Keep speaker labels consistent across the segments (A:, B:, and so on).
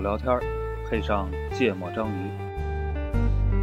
A: 聊天儿，配上芥末章鱼。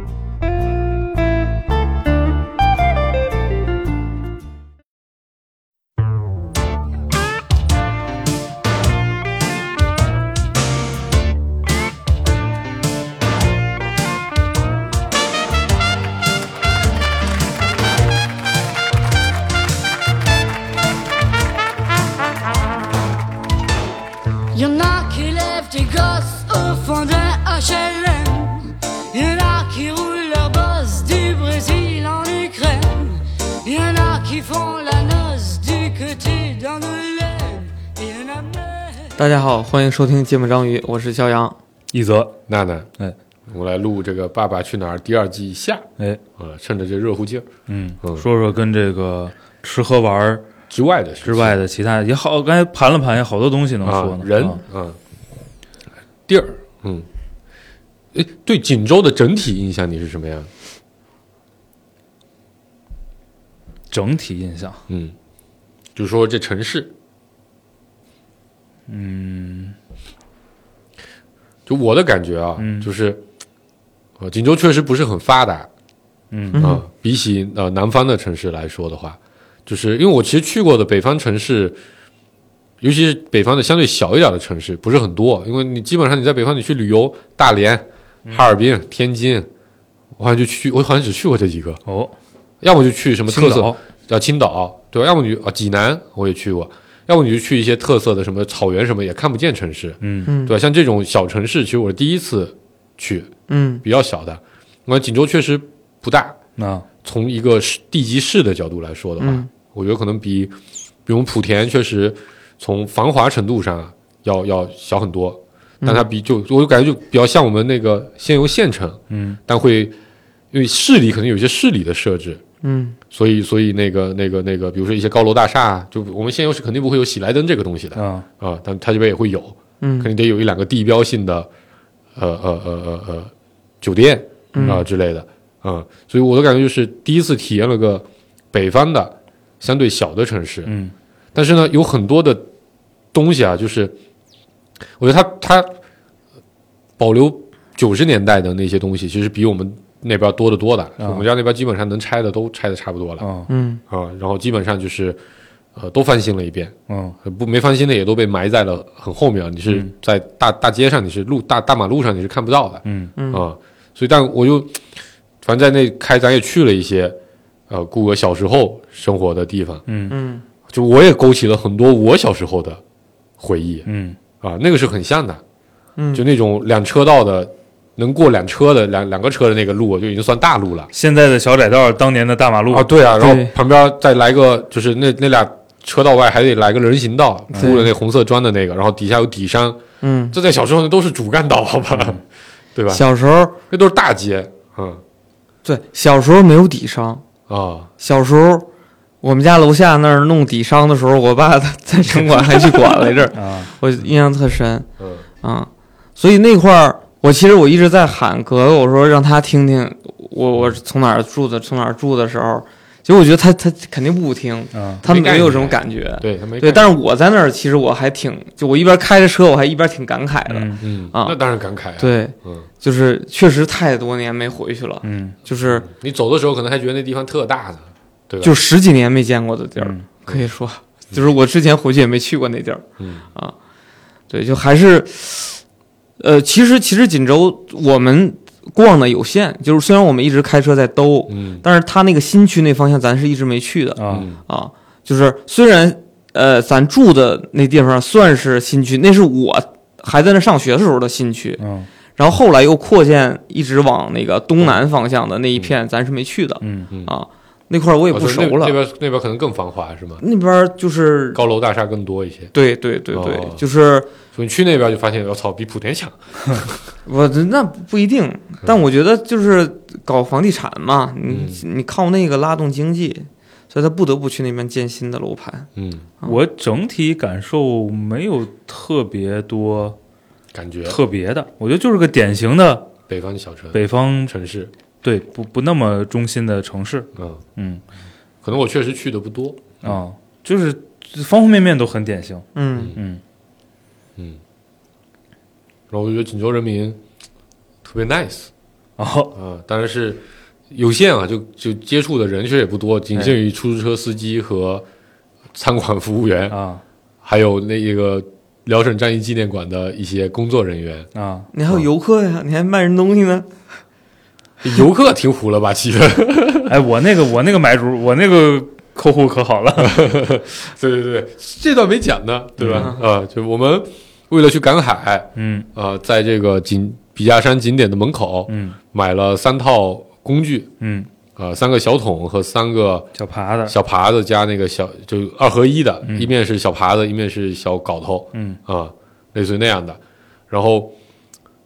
B: Y en a qui lèvent des gosses au fond d'un HLM. Y en a qui roulent leur bosse du Brésil en Ukraine. Y en a qui font la noce du côté d'Angoulême. Y en a même.
C: 大家好，欢迎收听《芥末章鱼》，我是肖阳。
D: 一泽，
E: 娜娜，
D: 哎，
E: 我来录这个《爸爸去哪儿》第二季下，
D: 哎，
E: 呃，趁着这热乎劲儿
D: 嗯，
E: 嗯
D: 说说跟这个吃喝玩儿
E: 之外的事
D: 之
E: 情
D: 外的其他也好，刚才盘了盘，有好多东西能说
E: 啊
D: 呢。，
E: 人
D: 啊
E: 啊，地儿，嗯，哎，对锦州的整体印象你是什么样？
D: 整体印象，
E: 嗯，就说这城市，嗯，就我的感觉啊，
D: 嗯
E: 就是，呃，锦州确实不是很发达，
D: 嗯
E: 啊，比起呃南方的城市来说的话，就是因为我其实去过的北方城市，尤其是北方的相对小一点的城市，不是很多，因为你基本上你在北方你去旅游，大连、
D: 嗯
E: 哈尔滨、天津，我好像就去，我好像只去过这几个，
D: 哦，
E: 要么就去什么特
D: 青
E: 色
D: 岛
E: 叫青岛，对吧，要么你就啊济南我也去过，要么你就去一些特色的什么草原什么也看不见城市，
D: 嗯
C: 嗯
E: 对吧？像这种小城市，其实我是第一次去，
C: 嗯
E: 比较小的，那锦州确实不大，
D: 啊，
E: 从一个市地级市的角度来说的话，
C: 嗯
E: 我觉得可能比比我们莆田确实从繁华程度上要要小很多，
C: 嗯
E: 但它比就我就感觉就比较像我们那个仙游县城，
D: 嗯
E: 但会因为市里可能有一些市里的设置，
C: 嗯
E: 所以所以那个那个那个，比如说一些高楼大厦，啊就我们仙游是肯定不会有喜来登这个东西的啊、
D: 啊，
E: 但它这边也会有，肯
C: 嗯
E: 定得有一两个地标性的，呃呃呃呃呃，酒店啊、之类的，啊、所以我的感觉就是第一次体验了个北方的相对小的城市，
D: 嗯
E: 但是呢，有很多的东西啊，就是我觉得它它保留九十年代的那些东西，其实比我们那边多得多的，我们家那边基本上能拆的都拆的差不多了啊、
D: 啊
C: 嗯
E: 然后基本上就是呃都翻新了一遍，呃
D: 嗯
E: 不没翻新的也都被埋在了很后面，你是在大大街上，你是路大大马路上你是看不到的啊、
D: 嗯
E: 所以，但我就反正在那开，咱也去了一些呃顾哥小时候生活的地方，
D: 嗯
C: 嗯
E: 就我也勾起了很多我小时候的回忆
D: 嗯
E: 啊、那个是很像的，
C: 嗯
E: 就那种两车道的，能过两车的两两个车的那个路，就已经算大路了
D: 现在的小窄道，当年的大马路
E: 啊，，对啊，然后
C: 对
E: 旁边再来个就是那那俩。车道外还得来个人行道，
C: 对
E: 铺了那红色砖的那个，然后底下有底山，
C: 嗯，
E: 这在小时候那都是主干道，好吧，对吧？
C: 小时候
E: 那都是大街，嗯
C: 对，小时候没有底商。
E: 啊，
C: 小时候我们家楼下那儿弄底商的时候，我爸在城管还去管了一阵儿，
D: 啊，
C: 我印象特深
E: 嗯
C: 啊。所以那块儿，我其实我一直在喊格格，我说让他听听我我是从哪儿住的，从哪儿住的时候，其实我觉得他他肯定不听，
D: 啊
C: 他没有这种感觉。
E: 对他没
C: 对，
E: 干
C: 但是我在那儿，其实我还挺，就我一边开着车，我还一边挺感慨的。
D: 嗯
E: 嗯
C: 啊
E: 那当然感慨啊，，
C: 对，
E: 嗯，
C: 就是确实太多年没回去了，
D: 嗯
C: 就是
E: 你走的时候可能还觉得那地方特大呢，对吧？
C: 就十几年没见过的地儿，
D: 嗯
C: 可以说就是我之前回去也没去过那地儿。
E: 嗯
C: 啊，对，就还是，呃，其实其实锦州我们逛的有限，就是虽然我们一直开车在兜，
E: 嗯
C: 但是它那个新区那方向咱是一直没去的
D: 啊，
E: 嗯
C: 啊。就是虽然呃，咱住的那地方算是新区，那是我还在那上学的时候的新区，
D: 嗯
C: 然后后来又扩建，一直往那个东南方向的那一片，咱是没去的
D: 嗯
E: 嗯，
C: 啊。那块儿我也
E: 哦
C: 不
E: 所以
C: 熟了
E: 那那，边那边可能更繁华是吗？
C: 那边儿就是
E: 高楼大厦更多一些，
C: 对对对对
E: 哦，
C: 就是
E: 所以你去那边就发现，我操，比莆田强，
C: 我那不一定，但我觉得就是搞房地产嘛，你你靠那个拉动经济，所以他不得不去那边建新的楼盘。
E: 嗯，
D: 我整体感受没有特别多
E: 感觉
D: 特别的，我觉得就是个典型的
E: 北方的小城
D: 北方
E: 城市，
D: 对不不那么中心的城市，
E: 嗯，
D: 嗯
E: 可能我确实去的不多，
D: 啊，就是方方面面都很典型，
C: 嗯
D: 嗯
E: 嗯，然后我就觉得锦州人民特别 nice
D: 哦，
E: 啊，当然是有限啊，就就接触的人其实也不多，仅限于出租车司机和餐馆服务员，
D: 啊
E: 还有那一个辽沈战役纪念馆的一些工作人员。
D: 啊，
C: 你还有游客呀，你还卖人东西呢。
E: 游客挺虎了吧唧的，
D: 哎，我那个我那个买主，我那个客户可好了，
E: 对对对，这段没讲呢，对吧？啊、就我们为了去赶海，
D: 嗯
E: 呃，在这个景笔架山景点的门口
D: 嗯
E: 买了三套工具，
D: 嗯，
E: 呃，三个小桶和三个
D: 小耙子，
E: 小耙子加那个小就二合一的，一面是小耙子，一面是小镐头，
D: 嗯
E: 啊、类似于那样的。然后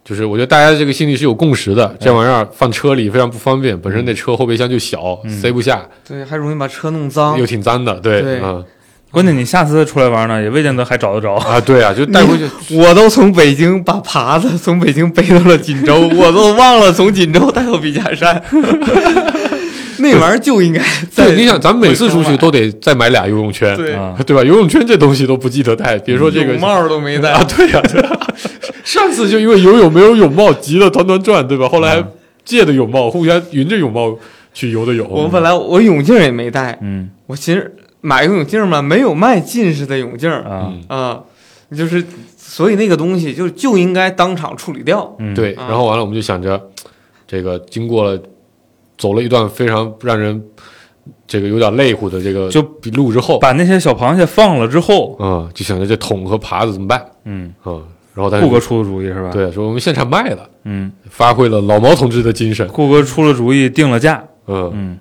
E: 就是我觉得大家这个心里是有共识的，这玩意儿放车里非常不方便，本身那车后备箱就小，塞不下，
C: 对，还容易把车弄脏
E: 又。挺脏的，对，
C: 嗯对
E: 嗯
D: 关键你下次出来玩呢，也未见得还找得着。
E: 啊，对啊，就带回去。
C: 我都从北京把耙子从北京背到了锦州，我都忘了从锦州带到笔架山。那玩意儿就应该在
E: 对，你想，咱们每次出去都得再买俩游泳圈，
C: 对
D: 啊
E: 对吧？游泳圈这东西都不记得带，别说这个
C: 泳帽都没
E: 啊，
C: 戴。
E: 对呀、对呀 上次就因为游泳没有泳帽，急得团团转，对吧？后来还借的泳帽，互相匀着泳帽去游的泳。
C: 我本来我泳镜也没戴，
D: 嗯
C: 我寻思买个泳镜嘛，没有卖近视的泳镜啊、
D: 啊
E: 嗯，
C: 就是所以那个东西就就应该当场处理掉。
D: 嗯，
E: 对，
C: 啊
E: 然后完了我们就想着，这个经过了走了一段非常让人这个有点累乎的这个
D: 就
E: 比路之后，
D: 把那些小螃蟹放了之后，
E: 嗯，就想着这桶和耙子怎么办
D: 嗯，
E: 嗯，然后但是
D: 顾哥出的主意是吧？，
E: 对说我们现场卖了，
D: 嗯，
E: 发挥了老毛同志的精神，
D: 顾哥出了主意，定了价，
E: 嗯，
D: 嗯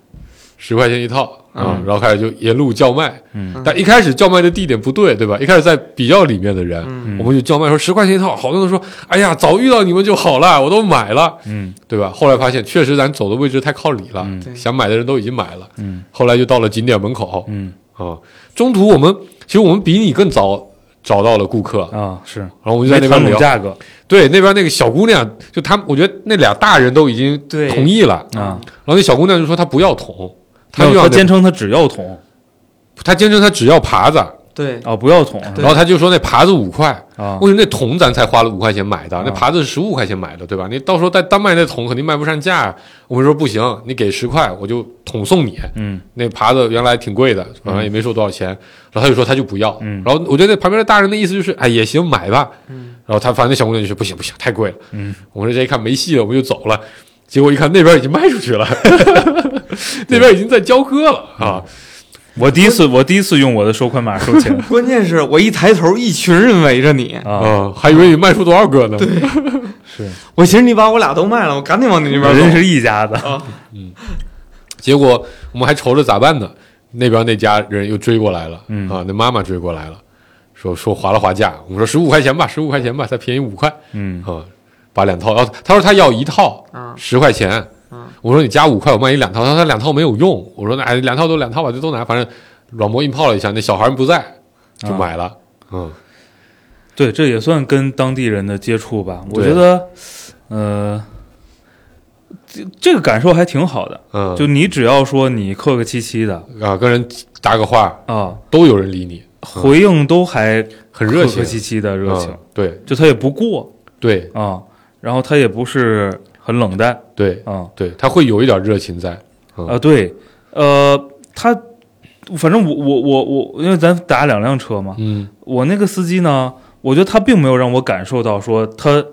E: 十块钱一套啊、然后开始就沿路叫卖，
D: 嗯
E: 但一开始叫卖的地点不对，对吧？一开始在比较里面的人，
C: 嗯
D: 嗯
E: 我们就叫卖说十块钱一套，好多人说，哎呀，早遇到你们就好了，我都买了，
D: 嗯
E: 对吧？后来发现确实咱走的位置太靠里了，
D: 嗯
C: 对
E: 想买的人都已经买了，
D: 嗯
E: 后来就到了景点门口
D: 嗯
E: 啊、中途我们其实我们比你更早找到了顾客，
D: 啊是，
E: 然后我们就在
D: 没
E: 那
D: 谈
E: 边
D: 拢
E: 聊，
D: 价格
E: 对，那边那个小姑娘，就他们，我觉得那俩大人都已经
C: 对
E: 同意了，
D: 啊，
E: 然后那小姑娘就说她不要桶，她
D: 没
E: 嗯
D: 有
E: 就
D: 他
E: 要那
D: 坚称他只要桶
E: 她坚称她只要耙子，
C: 对，
D: 啊，不要桶是吧
E: 然后她就说那耙子五块，
D: 啊
E: 为什么那桶咱才花了五块钱买的，那
D: 啊
E: 耙子是十五块钱买的，对吧？你到时候再单卖那桶肯定卖不上价。啊我们说不行，你给十块，我就桶送你。
D: 嗯
E: 那耙子原来挺贵的，反正也没收多少钱。然后他就说他就不要。
D: 嗯
E: 然后我觉得那旁边的大人的意思就是，哎，也行，买吧。然后他反正那小姑娘就说不行不行，太贵了。
D: 嗯，
E: 我们这一看没戏了，我们就走了。结果一看那边已经卖出去了， 那边已经在交割了啊！
D: 我第一次我第一次用我的收款码收 钱
C: 关键是我一抬头，一群人围着你，
D: 啊，
E: 啊，还以为你卖出多少个呢？
D: 是
C: 我寻思你把我俩都卖了，我赶紧往你那边
D: 人
C: 走。
D: 是一家 的，
E: 结果我们还愁着咋办呢，那边那家人又追过来了，
D: 嗯
E: 啊，那妈妈追过来了，说说划了划价，我们说十五块钱吧，十五块钱吧，再便宜五块
D: 嗯
E: 啊，把两套，然后他说他要一套
C: 啊
E: 十块钱，我说你加五块，我卖你两套，他说他两套没有用，我说那哎两套都两套吧，就都拿，反正软磨硬泡了一下，那小孩不在
D: 啊
E: 就买了，嗯，
D: 对，这也算跟当地人的接触吧，我
E: 对
D: 觉得，呃，这这个感受还挺好的，
E: 嗯，
D: 就你只要说你客客气气的
E: 啊跟人搭个话，
D: 啊，
E: 都有人理你，
D: 回应都还
E: 嗯很热
D: 客
E: 情
D: 客，气气的热情
E: 嗯，对
D: 就他也不过
E: 对
D: 啊，然后他也不是很冷淡
E: 对
D: 啊
E: 对，他会有一点热情在，
D: 啊，对，呃，他反正我我我我，因为咱打两辆车嘛，
E: 嗯
D: 我那个司机呢，我觉得他并没有让我感受到说他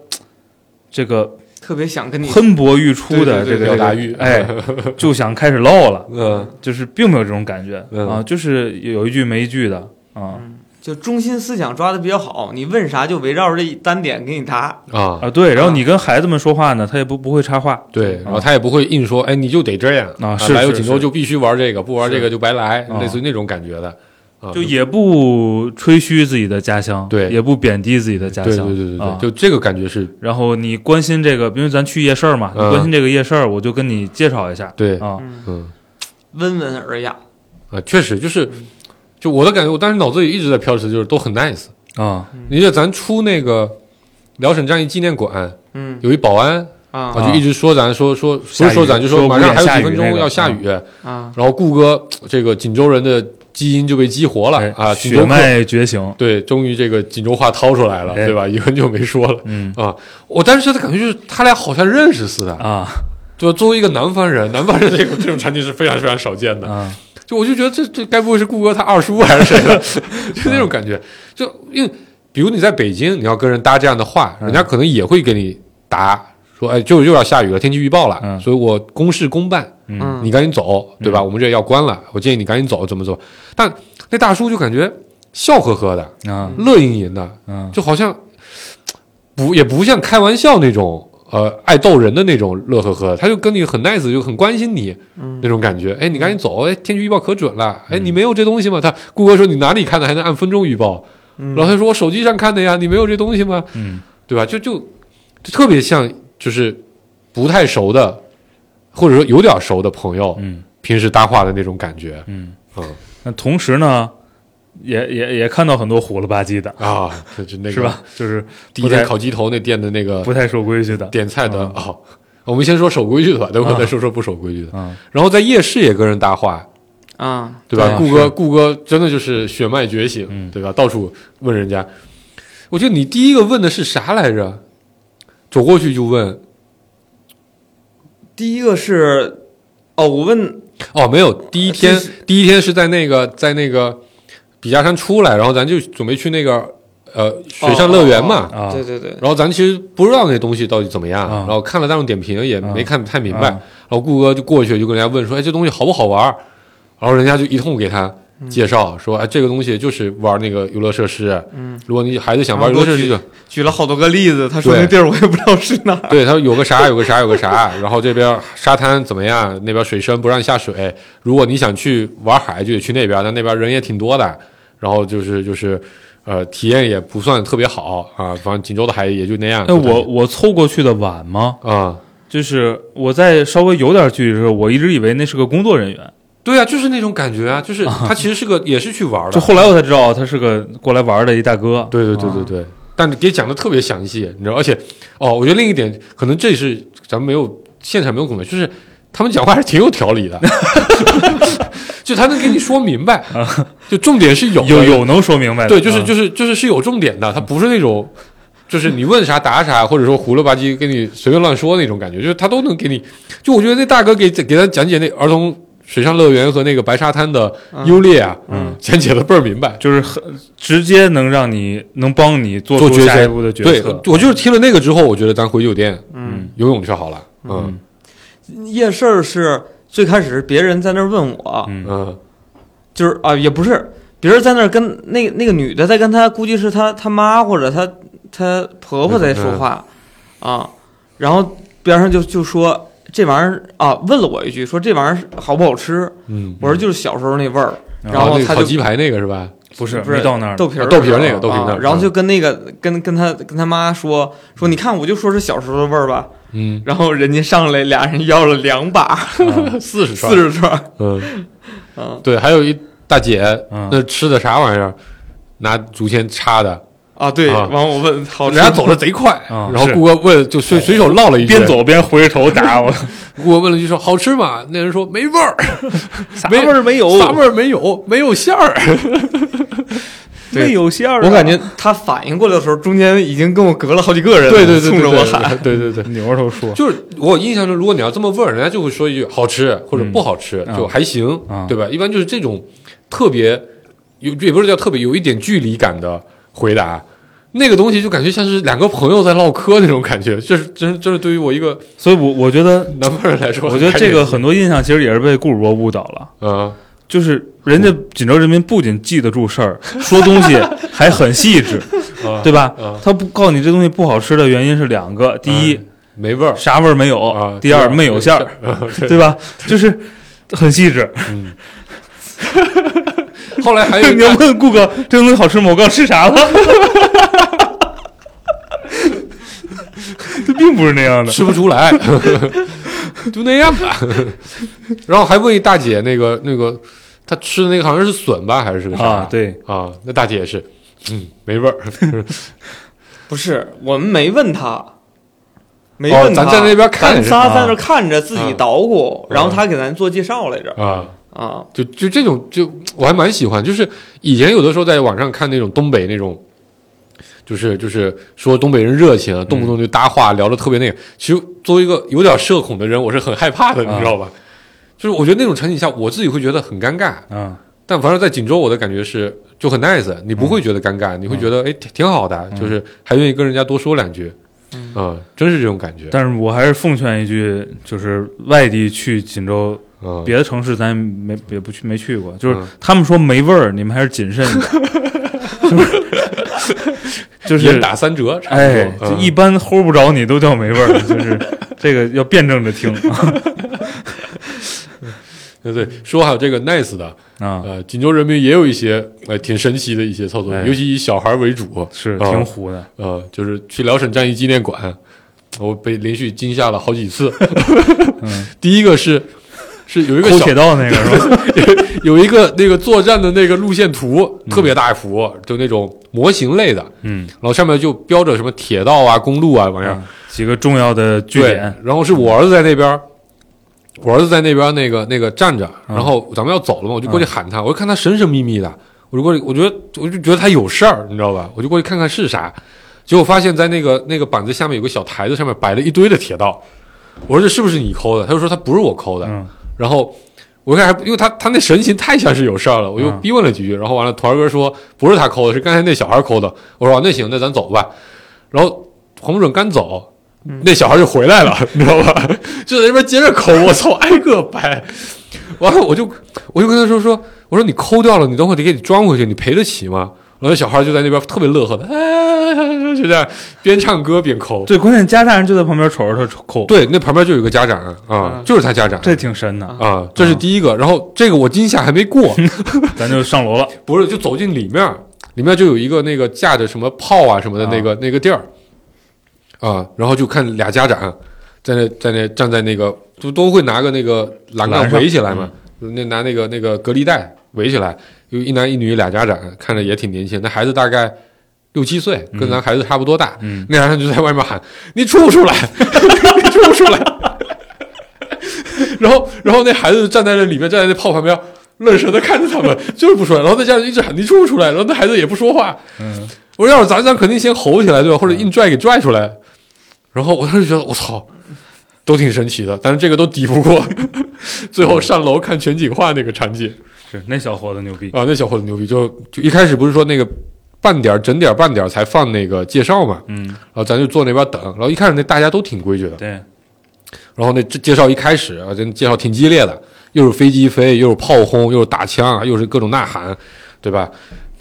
D: 这个
C: 特别想跟你
D: 喷薄欲出的
C: 对对
D: 这
C: 对
D: 个
E: 表达
D: 这个
E: 欲
D: 哎，就想开始唠了，
E: 嗯。
D: 就是并没有这种感觉
E: 嗯
D: 啊，就是有一句没一句的啊
C: 就中心思想抓的比较好，你问啥就围绕着这一单点给你答。
E: 啊，
D: 啊，对，然后你跟孩子们说话呢，他也不不会插话，
E: 对，然后
D: 啊
E: 他也不会硬说，哎，你就得这样
D: 啊是
E: 来有
D: 是
E: 锦州
D: 是
E: 就必须玩这个，不玩这个就白来，
D: 啊
E: 类似于那种感觉的，啊，
D: 就也不吹嘘自己的家乡，
E: 对
D: 也不贬低自己的家
E: 对对
D: 乡，
E: 对对对
D: 啊，。
E: 就这个感觉是
D: 然后你关心这个，因为咱去夜市儿嘛，你
E: 嗯
D: 关心这个夜市儿，我就跟你介绍一下，
E: 对，
D: 啊，
E: 嗯
C: 温文尔雅，
E: 啊，确实就是，
D: 嗯
E: 就我的感觉，我当时脑子里一直在飘着，就是都很 nice。
D: 啊，
E: 你记得咱出那个辽沈战役纪念馆，
C: 嗯
E: 有一保安
C: 啊
E: 啊，就一直说咱说说不
D: 下雨
E: 是
D: 啊
E: 说咱，就
D: 说
E: 马
D: 五点
E: 上还有
D: 下
E: 几
D: 雨
E: 分
D: 那
E: 钟
D: 个
E: 要下雨，
C: 啊
E: 然后顾哥这个锦州人的基因就被激活了啊，锦
D: 哎血
E: 州客
D: 脉觉醒，
E: 对，终于这个锦州话掏出来了，
D: 哎
E: 对吧？已经很久没说了
D: 嗯
E: 啊。我当时觉得感觉就是他俩好像认识似的，
D: 啊
E: 就作为一个南方人，南方人这个这种场景是非常非常少见的。
D: 啊，
E: 就我就觉得这这该不会是顾哥他二叔还是谁 的？就那种感觉。就因为比如你在北京，你要跟人搭这样的话，人家可能也会给你答说，哎，就又要下雨了，天气预报了，
D: 嗯
E: 所以我公事公办，
C: 啊
D: 嗯
E: 你赶紧走，对吧？我们这要关了，我建议你赶紧走，怎么走？但那大叔就感觉笑呵呵的，
D: 啊
E: 乐盈盈的，
D: 嗯
E: 就好像不也不像开玩笑那种，呃，爱逗人的那种乐呵呵，他就跟你很 nice，就很关心你、
D: 嗯
E: 那种感觉。哎，你赶紧走，哎，天气预报可准了，哎，你没有这东西吗？他顾哥说你哪里看的，还能按分钟预报？然后他说我手机上看的呀，你没有这东西吗？
D: 嗯
E: 对吧？就就就特别像就是不太熟的，或者说有点熟的朋友，
D: 嗯
E: 平时搭话的那种感觉
D: 嗯。
E: 嗯
D: 那同时呢，也也也看到很多虎了吧唧的，
E: 啊，就就那个
D: 是吧？就是
E: 第
D: 不
E: 一天
D: 太
E: 烤鸡头那店的那个
D: 不太守规矩的，
E: 点菜的
C: 嗯
E: 哦。我们先说守规矩的吧，等会儿再说说不守规矩的。
C: 嗯
D: 啊
E: 然后在夜市也跟人搭话，
C: 啊，
E: 对吧？
D: 对
E: 顾哥，顾哥真的就是血脉觉醒，
D: 嗯
E: 对吧？到处问人家。我觉得你第一个问的是啥来着？走过去就问
C: 第一个是哦，我问
E: 哦，没有，第一天
C: 这是
E: 第一天是在那个在那个笔架山出来，然后咱就准备去那个呃水上乐园嘛。
C: 哦
D: 啊
C: 对对对，
E: 然后咱其实不知道那东西到底怎么样，
D: 啊
E: 然后看了大众点评也没看太明
D: 啊
E: 白，然后顾哥就过去就跟人家问说：“哎，这东西好不好玩？”然后人家就一通给他
D: 嗯
E: 介绍说：“哎，这个东西就是玩那个游乐设施，
C: 嗯，
E: 如果你孩子想玩游乐设施就，
C: 举了好多个例子，他说
E: 对
C: 那地儿我也不知道是哪 儿，
E: 对，他说有个啥有个啥有个啥，然后这边沙滩怎么样，那边水深不让下水，如果你想去玩海就得去那边，但那边人也挺多的，然后就是就是。”呃，体验也不算特别好啊，反正锦州的海也就那样。
D: 那哎我我凑过去的晚吗？
E: 啊、
D: 就是我在稍微有点距离的时候，我一直以为那是个工作人员，
E: 对啊，就是那种感 觉啊，就是他其实是个也是去玩的，
D: 就后啊来我才知道他是个过来玩的一大哥。
E: 对对对对对，但给讲的特别详细，你知道，而且哦，我觉得另一点可能这是咱们没有现场没有恐惧，就是他们讲话还是挺有条理的， 就他能给你说明白，就重点是有的
D: 啊有有能说明白的，
E: 对，就是
D: 啊
E: 就是就是是有重点的，他不是那种。就是你问啥答啥，或者说胡了吧唧跟你随便乱说那种感觉，就是他都能给你。就我觉得那大哥给给他讲解那儿童水上乐园和那个白沙滩的优劣啊，
D: 嗯
E: 讲解的倍儿明白。
D: 就是很直接能让你能帮你做
E: 做
D: 出
E: 决
D: 下一
E: 策
D: 步的决
E: 对
D: 策。，
E: 我就是听了那个之后，我觉得咱回酒店
D: 嗯
E: 游泳去好了。嗯
C: 夜市儿是最开始是别人在那儿问我，
D: 嗯
E: 嗯
C: 就是啊，也不是，别人在那儿跟那那个女的在跟她，估计是她她妈或者她她婆婆在说话啊，然后边上就就说这玩意儿啊，问了我一句，说这玩意儿好不好吃？
E: 嗯，啊
C: 我说就是小时候那味儿，
D: 嗯
C: 然后
E: 那个
C: 他
E: 烤
C: 就
E: 鸡排那个是吧？
D: 不是
C: 不是
D: 没到那儿，
C: 豆皮儿
E: 啊豆皮儿那个
C: 啊
E: 豆皮儿那嗯个
C: 然后就跟那个跟跟她跟她妈说说，你看我就说是小时候的味儿吧，
E: 嗯，
C: 然后人家上来俩人要了两把
D: 嗯
E: 四十
C: 四十串，
E: 嗯，
C: 嗯
E: 对，还有一大姐，
D: 嗯
E: 那吃的啥玩意儿？拿竹签插的，
C: 啊，对，
E: 啊
C: 完我问好
E: 人
C: 吃
E: 家走的贼快，
D: 嗯
E: 然后
D: 是哎
E: 顾哥问，就随随手唠了一句，
D: 边。走边回着头打我，
E: 顾哥问了一句说：“好吃吗？”那人说：“没味儿，
D: 啥
E: 没
D: 味儿没有，
E: 啥味儿没有，没有馅儿。
D: 没有馅儿啊。
C: 我感觉他反应过来的时候，中间已经跟我隔了好几个”人了，
E: 对对对，
C: 冲着我喊。
E: 喊，对对对，
D: 扭着头说
E: 就是我印象中，如果你要这么问，人家就会说一句好吃或者不好吃，
D: 嗯
E: 就还行，
D: 嗯
E: 对吧？一般就是这种特别有，也不是叫特别有一点距离感的回答。那个东西就感觉像是两个朋友在唠嗑那种感觉，这是真这是对于我一个
D: 所以我我觉 得，
E: 南方人来说，
D: 我觉得这个很多印象其实也是被顾主播误导了。
E: 嗯，
D: 就是人家锦州人民不仅记得住事儿，说东西还很细 致，
E: 啊
D: 对吧
E: 啊？
D: 他不告诉你这东西不好吃的原因是两个：第一，
E: 哎没味儿
D: 啥味儿没
E: 啊
D: 有；第二，
E: 对
D: 没有馅儿，哎对吧？就是很细致。
E: 后来还 有一
D: 你要
E: 个
D: 问顾哥这东西好吃吗？我告诉你吃啥了？ 这并不是那样的。
E: 吃不出来， 就那样吧。然后还问一大姐，那个那个她吃的那个好像是笋吧，还是是个啥？
D: 啊，对，
E: 啊，那大姐也是，嗯，没味儿。
C: 不是，我们没问他，没问他，
E: 哦咱在那边看着
C: 咱仨
D: 啊
C: 在那看着自己
E: 啊
C: 捣鼓，
E: 嗯
C: 然后他给咱做介绍来着
E: 啊，
C: 啊，
E: 就就这种，就我还蛮喜欢。就是以前有的时候在网上看那种东北那种，就是就是说东北人热情啊，
D: 嗯
E: 动不动就搭话，聊的特别那个。其实作为一个有点社恐的人，我是很害怕的，
D: 啊
E: 你知道吧？就是我觉得那种场景下，我自己会觉得很尴尬。
D: 嗯
E: 但反正在锦州，我的感觉是就很 nice，你不会觉得尴尬，你
D: 嗯
E: 会觉得哎挺挺好的，就是还愿意跟人家多说两句，
C: 嗯
E: 啊，真是这种感觉。
D: 但是我还是奉劝一句，就是外地去锦州，
E: 嗯，
D: 别的城市咱也没也不去没去过，就是
E: 嗯
D: 他们说没味儿，你们还是谨慎 一点，就是就
E: 也
D: 是
E: 打三折，差不多
D: 哎，就
E: 嗯
D: 一般齁不着你都叫没味儿， 就是这个要辩证着听
E: 对对，说还有这个 nice 的，
D: 啊，
E: 呃，锦州人民也有一些呃挺神奇的一些操作，
D: 哎
E: 尤其以小孩为主，
D: 是
E: 啊
D: 挺虎的。
E: 呃，就是去辽沈战役纪念馆，我被连续惊吓了好几次。
D: 嗯
E: 第一个是是有一个
D: 抠
E: 小
D: 铁道 那个是吧？
E: 有一个那个作战的那个路线图，特别大一幅，就那种模型类的，
D: 嗯，
E: 然后上面就标着什么铁道啊、公路啊玩意儿。
D: 几个重要的嗯据
E: 对
D: 点，
E: 然后是我儿子在那边儿，我儿子在那边儿那个那个站着，
D: 嗯
E: 然后咱们要走了嘛，我就过去喊他，我就看他神神秘秘的，我就过去，我觉得我就觉得他有事儿，你知道吧？我就过去看看是啥，结果发现在那个那个板子下面有个小台子，上面摆了一堆的铁道，我说这是不是你抠的？他就说他不是我抠的，
D: 嗯
E: 然后。我看还，因为他他那神情太像是有事儿了，我就
D: 嗯
E: 逼问了几句，然后完了，团儿哥说不是他抠的，是刚才那小孩抠的。我说、啊那行，那咱走吧。然后黄不准刚走，
D: 嗯
E: 那小孩就回来了，你知道吧？ 就在那边接着抠，我操，挨个掰。完了，我就我就跟他说说，我说你抠掉了，你等会儿得给你装回去，你赔得起吗？然后那小孩就在那边特别乐呵的， 哎，就这样边唱歌边抠。
D: 对，关键家大人就在旁边瞅着他抠，
E: 对，那旁边就有一个家长
D: 嗯
E: 啊，就是他家长
D: 这挺神的，
E: 啊，这是
D: 嗯
E: 第一个。然后这个我惊吓还没过，
D: 咱就上 楼了。
E: 不是，就走进里面儿，里面就有一个那个架着什么炮啊什么的那个、那个地儿，啊，然后就看俩家长在那在那站在那个都都会拿个那个栏杆
D: 栏上
E: 围起来嘛，那拿那个那个隔离带围起来，有一男一女俩家长，看着也挺年轻，那孩子大概。六七岁，跟咱孩子差不多大，
D: 嗯
E: 那男生就在外面喊：“你出不出来？ 你出不出来？”然后，然后那孩子站在那里面，站在那炮旁边，愣神的看着他们，就是不出来。然后那家人一直喊你出不出来，然后那孩子也不说话。
D: 嗯，
E: 我说要是咱，咱肯定先吼起来，对吧？或者硬拽给拽出来。然后我当时觉得，我操，都挺神奇的，但是这个都抵不过 最后上楼看全景化那个场景
D: 是那小伙子牛逼，
E: 啊！那小伙子牛逼，就就一开始不是说那个半点儿整点儿半点儿才放那个介绍嘛，
D: 嗯，
E: 然后咱就坐那边等，然后一开始那大家都挺规矩的，
D: 对，
E: 然后那这介绍一开始啊，这介绍挺激烈的，又是飞机飞，又是炮轰，又是打枪啊，又是各种呐喊，对吧？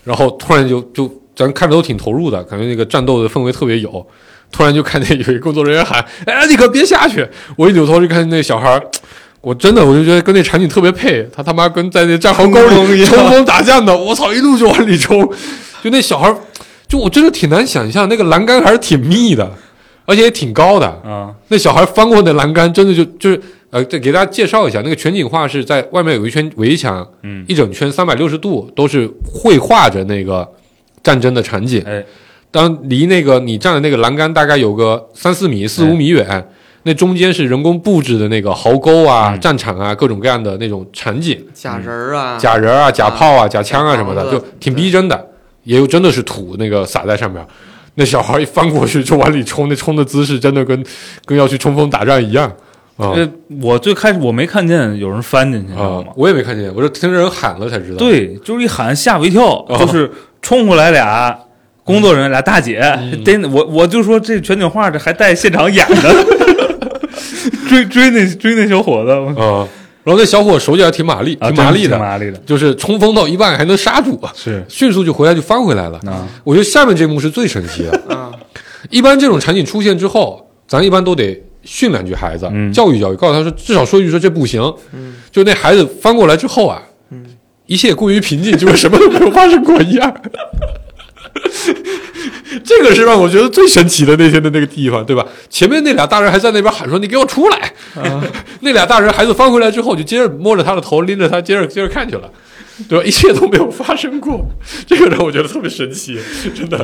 E: 然后突然就就咱看着都挺投入的，感觉那个战斗的氛围特别有。突然就看见有一工作人员喊：“ 哎，你可别下去！”我一扭头就看见那小孩儿，我真的我就觉得跟那场景特别配，他他妈跟在那战壕沟里冲锋打将的，我操，一路就往里冲，就那小孩儿，就我真的挺难想象，那个栏杆还是挺密的，而且也挺高的，
D: 啊，
E: 那小孩翻过那栏杆，真的就就是呃，再给大家介绍一下，那个全景画是在外面有一圈围墙，
D: 嗯，
E: 一整圈三百六十度都是绘画着那个战争的场景。
D: 哎，
E: 当离那个你站的那个栏杆大概有个三四米、四五米远，那中间是人工布置的那个壕沟啊、
D: 嗯
E: 战场啊，各种各样的那种场景。
C: 假人儿啊，
E: 假人啊、假炮啊、假枪啊
C: 假
E: 什么的，
C: 房
E: 就
C: 子
E: 挺逼真的，也有真的是土那个撒在上面。那小孩一翻过去就往里冲，那冲的姿势真的跟跟要去冲锋打仗一样啊
D: 这我最开始我没看见有人翻进去，你知道
E: 啊
D: 吗！？
E: 我也没看见，我是听人喊了才知道。，
D: 对，就是一喊吓我一跳，
E: 啊
D: 就是冲过来俩工作人员，俩大姐，真的，我我就说这全景画这还带现场演的， 追追那追那小伙子，我
E: 啊，然后那小伙手脚还挺麻利，
D: 啊，
E: 麻利
D: 真
E: 的，
D: 挺麻利的，
E: 就是冲锋到一半还能刹住，啊
D: 是
E: 迅速就回来就翻回来了。
D: 啊，
E: 我觉得下面这幕是最神奇的。
C: 啊，
E: 一般这种场景出现之后，咱一般都得训两句孩子，
D: 嗯
E: 教育教育，告诉他说，至少说一句说这不行。
C: 嗯
E: 就那孩子翻过来之后啊，
C: 嗯
E: 一切过于平静，就跟什么都没有发生过一样。 这个是让我觉得最神奇的那天的那个地方，对吧？前面那俩大人还在那边喊说：“你给我出来！” 那俩大人孩子翻回来之后，就接着摸着他的头，拎着他，接着接着看去了，对吧？一切都没有发生过， 这个让我觉得特别神奇，真的。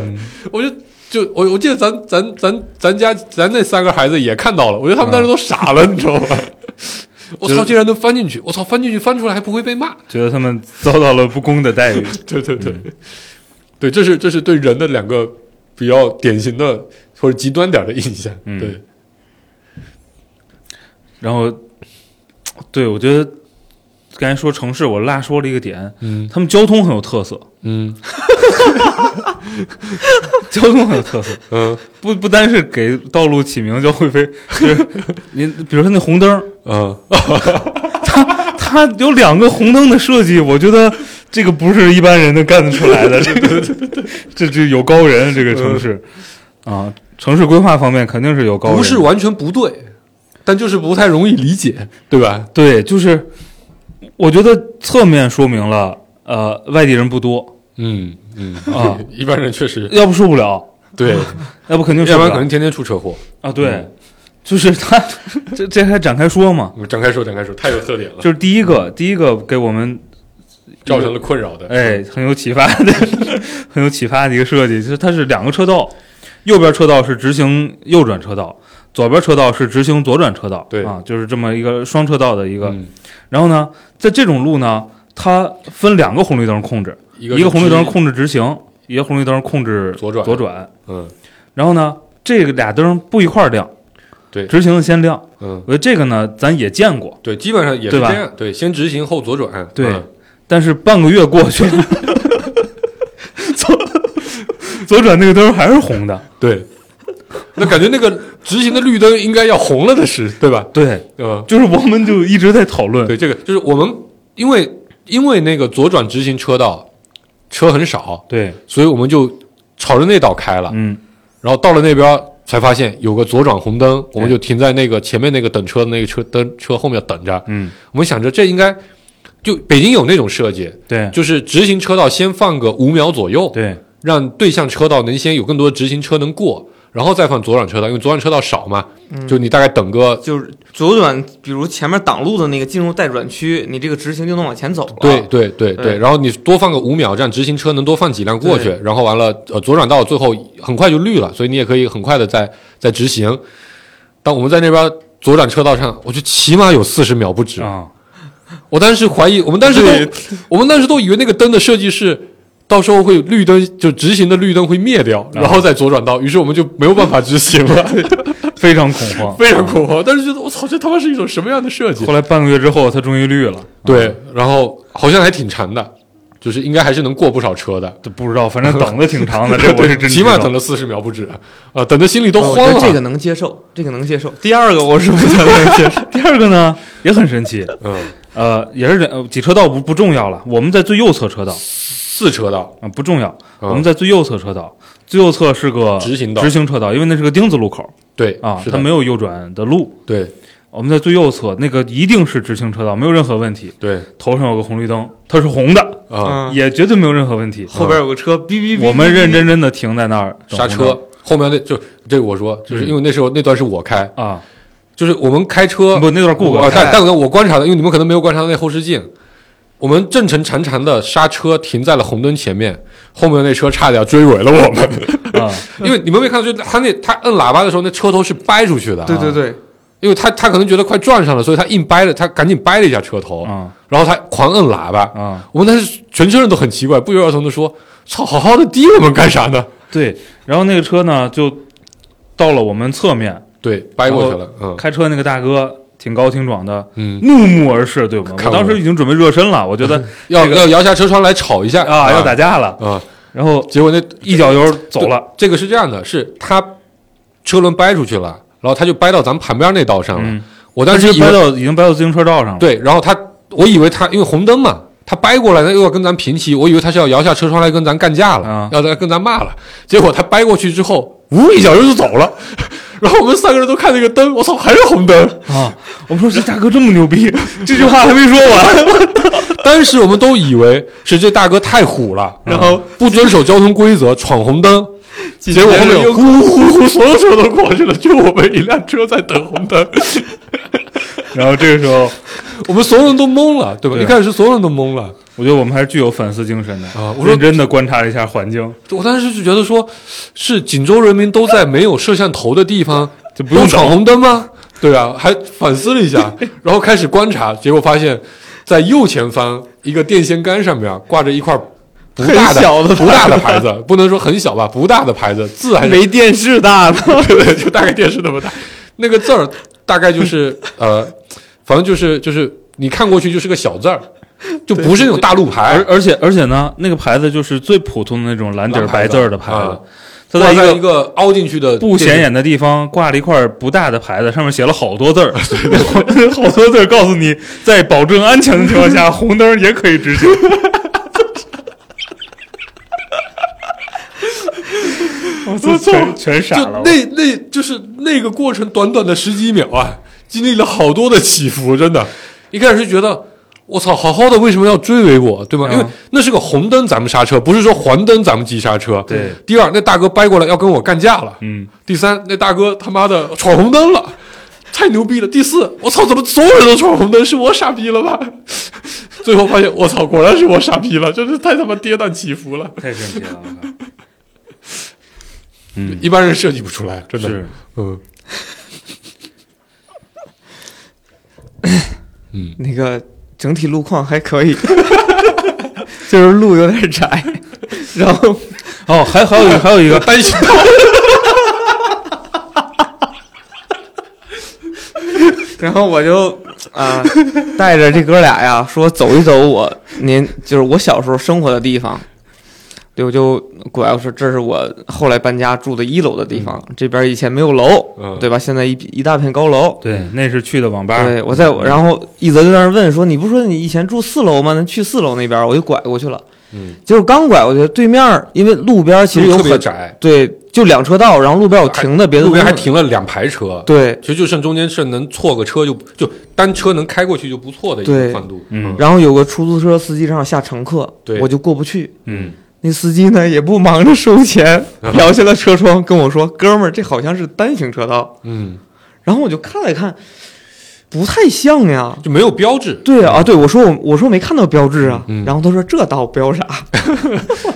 E: 我就就我我记得咱咱咱咱家咱那三个孩子也看到了，我觉得他们当时都傻了，你知道吗？啊 我操，竟然能翻进去！我操，翻进去翻出来还不会被骂。
D: 觉得他们遭到了不公的待遇。
E: 对对对，嗯对，这是这是对人的两个比较典型的或者极端点的印象。
D: 嗯
E: 对，
D: 然后，对我觉得刚才说城市，我落说了一个点，
E: 嗯
D: 他们交通很有特色，
E: 嗯
D: 交通很有特色，
E: 嗯
D: 不不单是给道路起名叫会飞，就是 您比如说那红灯儿，
E: 嗯，
D: 它有两个红灯的设计，我觉得这个不是一般人能干得出来 的，这个这这有高人，这个城市啊，城市规划方面肯定是有高人，
E: 嗯不是完全不对，但就是不太容易理解，对吧？
D: 对，就是我觉得侧面说明了，呃，外地人不多
E: 嗯嗯
D: 啊，
E: 一般人确实
D: 要不受不了，
E: 对，
D: 要不肯定受
E: 要不
D: 了
E: 然可嗯能天天出车祸。
D: 啊，对，就是他这这还展开说嘛，
E: 我展开说，展开说，太有特点了，
D: 就是第一个第一个给我们
E: 造成了困扰的。
D: 哎很有启发的 很有启发的一个设计，就是它是两个车道，右边车道是直行右转车道，左边车道是直行左转车道，
E: 对
D: 啊，就是这么一个双车道的一个。
E: 嗯，
D: 然后呢，在这种路呢，它分两个红绿灯控制，
E: 一个
D: 一个红绿灯
E: 是直，
D: 控制直行，一个红绿灯控制
E: 左转
D: 左转。
E: 嗯
D: 然后呢，这个俩灯不一块儿亮，
E: 对
D: 直行的先亮。
E: 嗯，
D: 我觉得这个呢，咱也见过，
E: 对，基本上也是
D: 对吧
E: 这样，对，先直行后左转，
D: 对
E: 嗯
D: 但是半个月过去， 左左转那个灯还是红的，
E: 对。那感觉那个直行的绿灯应该要红了的是，对吧？
D: 对，
E: 嗯，
D: 就是我们就一直在讨论，
E: 对，这个就是我们因为因为那个左转直行车道车很少，
D: 对，
E: 所以我们就朝着那道开了，
D: 嗯，
E: 然后到了那边才发现有个左转红灯，我们就停在那个前面那个等车的那个车灯车后面等着。
D: 嗯，
E: 我们想着这应该就北京有那种设计，
D: 对，
E: 就是直行车道先放个五秒左右，
D: 对，
E: 让对向车道能先有更多的直行车能过，然后再放左转车道，因为左转车道少嘛，
D: 嗯
E: 就你大概等个。
C: 就是左转，比如前面挡路的那个进入待转区，你这个直行就能往前走了。啊
D: 啊
E: 对对对
C: 对
E: 对，然后你多放个五秒，这样直行车能多放几辆过去
C: 对，
E: 然后完了，呃，左转道最后很快就绿了，所以你也可以很快的再再直行。当我们在那边左转车道上，我就起码有四十秒不止。
D: 啊，
E: 我当时怀疑，我们当时
D: 对
E: 都，我们当时都以为那个灯的设计是到时候会绿灯，就直行的绿灯会灭掉，
D: 啊
E: 然后再左转道，于是我们就没有办法直行 了，
D: 非常恐慌。
E: 非常恐慌。但是觉得我操，这他妈是一种什么样的设计
D: 后？来半个月之后，它终于绿了，
E: 对，然后好像还挺长的，就是应该还是能过不少车的。
D: 都不知道，反正等的挺长的， 这我是真
E: 起码
D: 知道
E: 等了四十秒不止，啊、等的心里都
C: 哦，我觉
E: 慌
C: 得
E: 了。啊
C: 这个能接受，这个能接受。第二个我是不太能接受。
D: 第二个呢，也很神奇，
E: 嗯，
D: 呃，也是两几车道不不重要了，我们在最右侧车道
E: 四车道，
D: 啊、不重要，
E: 嗯
D: 我们在最右侧车道，最右侧是个
E: 直行道
D: 直行车道，因为那是个丁字路口
E: 对
D: 啊，
E: 是
D: 它
E: 的，
D: 没有右转的路。
E: 对
D: 我们在最右侧那个一定是直行车道，没有任何问题。
E: 对
D: 头上有个红绿灯，它是红的，
E: 啊，
C: 嗯，
D: 也绝对没有任何问题。啊
C: 后边有个车，哔哔哔。
D: 我们认真真的停在那儿等
E: 刹
D: 红
E: 车。后面那就这个我说，就是
D: 嗯
E: 因为那时候那段是我开，
D: 灯啊，
E: 就是我们开车
D: 不，那段顾
E: 我
D: 客
E: 但但可能我观察的，因为你们可能没有观察到那后视镜，我们正正常常的刹车停在了红灯前面，后面那车差点追尾了我们，
D: 啊，
E: 因为你们没看到，就他那他摁喇叭的时候，那车头是掰出去的，啊
C: 对对对，
E: 因为他他可能觉得快撞上了，所以他硬掰了，他赶紧掰了一下车头，
D: 啊
E: 然后他狂摁喇叭。
D: 啊，
E: 我们当时全车人都很奇怪，不约而同的说：“操，好好的滴我们干啥呢
D: 对。然后那个车呢，就到了我们侧面，？”
E: 对，掰过去了，嗯
D: 开车那个大哥挺高挺壮的，
E: 嗯，
D: 怒目而视，对吗？我
E: 看我
D: 当时已经准备热身了，我觉得
E: 要、
D: 嗯这个
E: 要摇下车窗来吵一下
D: 啊要打架了，
E: 啊！
D: 然后
E: 结果那
D: 一脚油走了，
E: 这个是这样的，是他车轮掰出去了，然后他就掰到咱们旁边那道上了。
D: 嗯，
E: 我当
D: 但
E: 时
D: 是
E: 以
D: 掰
E: 为
D: 到已经掰到自行车道上了，
E: 对，然后他我以为他因为红灯嘛，他掰过来呢又要跟咱平齐，我以为他是要摇下车窗来跟咱干架了，
D: 啊
E: 要来跟咱骂了。 结果他掰过去之后，呜一脚油就走了。 然后我们三个人都看那个灯，我操，还是红灯。
D: 啊，我们说这大哥这么牛 逼，这句话还没说完，
E: 当时我们都以为是这大哥太虎了，
D: 然后
E: 不遵守交通规则闯红灯，结果后面
C: 又
E: 呼呼呼，所有车都过去了，就我们一辆车在等红灯，
D: 然后这个时候，
E: 我们所有人都懵了，对吧？
D: 对
E: 一开始所有人都懵了
D: 我觉得我们还是具有反思精神的
E: 啊我说
D: 认真的观察了一下环境，
E: 我当时就觉得说，是锦州人民都在没有摄像头的地方
D: 就不用
E: 都闯红灯吗？对啊，还反思了一下，然后开始观察，结果发现，在右前方一个电线杆上面啊挂着一块不大
C: 很小的
E: 不大的牌子，不能说很小吧，不大的牌子，字还是
C: 没电视大呢。
E: 对对，就大概电视那么大，那个字儿大概就是呃，反正就是就是你看过去就是个小字儿，就不是那种大路牌
D: 而，而且而且呢，那个牌子就是最普通的那种蓝底儿白字儿的牌
E: 啊
D: 子，它在
E: 挂
D: 一
E: 在一
D: 个
E: 个凹进去的
D: 不
E: 电
D: 显
E: 视
D: 眼的地方挂了一块不大的牌子，上面写了好多字儿， 好多字儿告诉你，在保证安全的情况下，红灯也可以直行。我操，全全傻
E: 就
D: 了！
E: 那那就是那个过程短短的十几秒啊，经历了好多的起伏，真的。一开始是觉得我操，好好的为什么要追尾我，对吗？因为
D: 嗯
E: 那是个红灯，咱们刹车，不是说黄灯咱们急刹车。
D: 对。
E: 第二，那大哥掰过来要跟我干架了。
D: 嗯。
E: 第三，那大哥他妈的闯红灯了。太牛逼了！第四，我操，怎么所有人都闯红灯？是我傻逼了吧？ 最后发现，我操，果然是我傻逼了，真是太他妈跌宕起伏了，
D: 太神奇了，我靠
E: 一般人设计不出来，真的。
D: 是
E: 嗯，
C: 那个整体路况还可 以，就是路有点窄，然后
D: 哦，还还有一个还有一个
E: 担心。
C: 然后我就啊、带着这哥俩 呀说走一走我您就是我小时候生活的地方，对，我就拐我说这是我后来搬家住的一楼的地方，这边以前没有楼，
E: 嗯
C: 对吧？现在一一大片高楼，
D: 对，那是去的网吧。
C: 对，我在
E: 嗯
C: 我，然后一泽就在那儿问说：“你不是说你以前住四楼吗？那去四楼那边儿。”我就拐过去了。
E: 嗯，
C: 结果刚拐过去，对面儿因为路边儿其实有
E: 路特别
C: 很
E: 窄，
C: 对，就两车道，然后路边儿有停的，别的
E: 路边
C: 东
E: 哎还
C: 西。
E: 停了两排车，，
C: 对，
E: 其实就剩中间是能错个车就就单车能开过去就不错的一个
C: 对
E: 宽度，
D: 嗯
C: 然后有个出租车司机让我下乘客，
E: 对
C: 我就过不去。
D: 嗯，
C: 那司机呢也不忙着收 钱，摇下了车窗跟我说：“哥们儿，这好像是单行车道。
E: 嗯，”
C: 然后我就看了一看，不太像呀。
E: 就没有标志，
C: 对啊，对我说我我说没看到标志啊，
E: 嗯
C: 然后他说这道标啊 啥？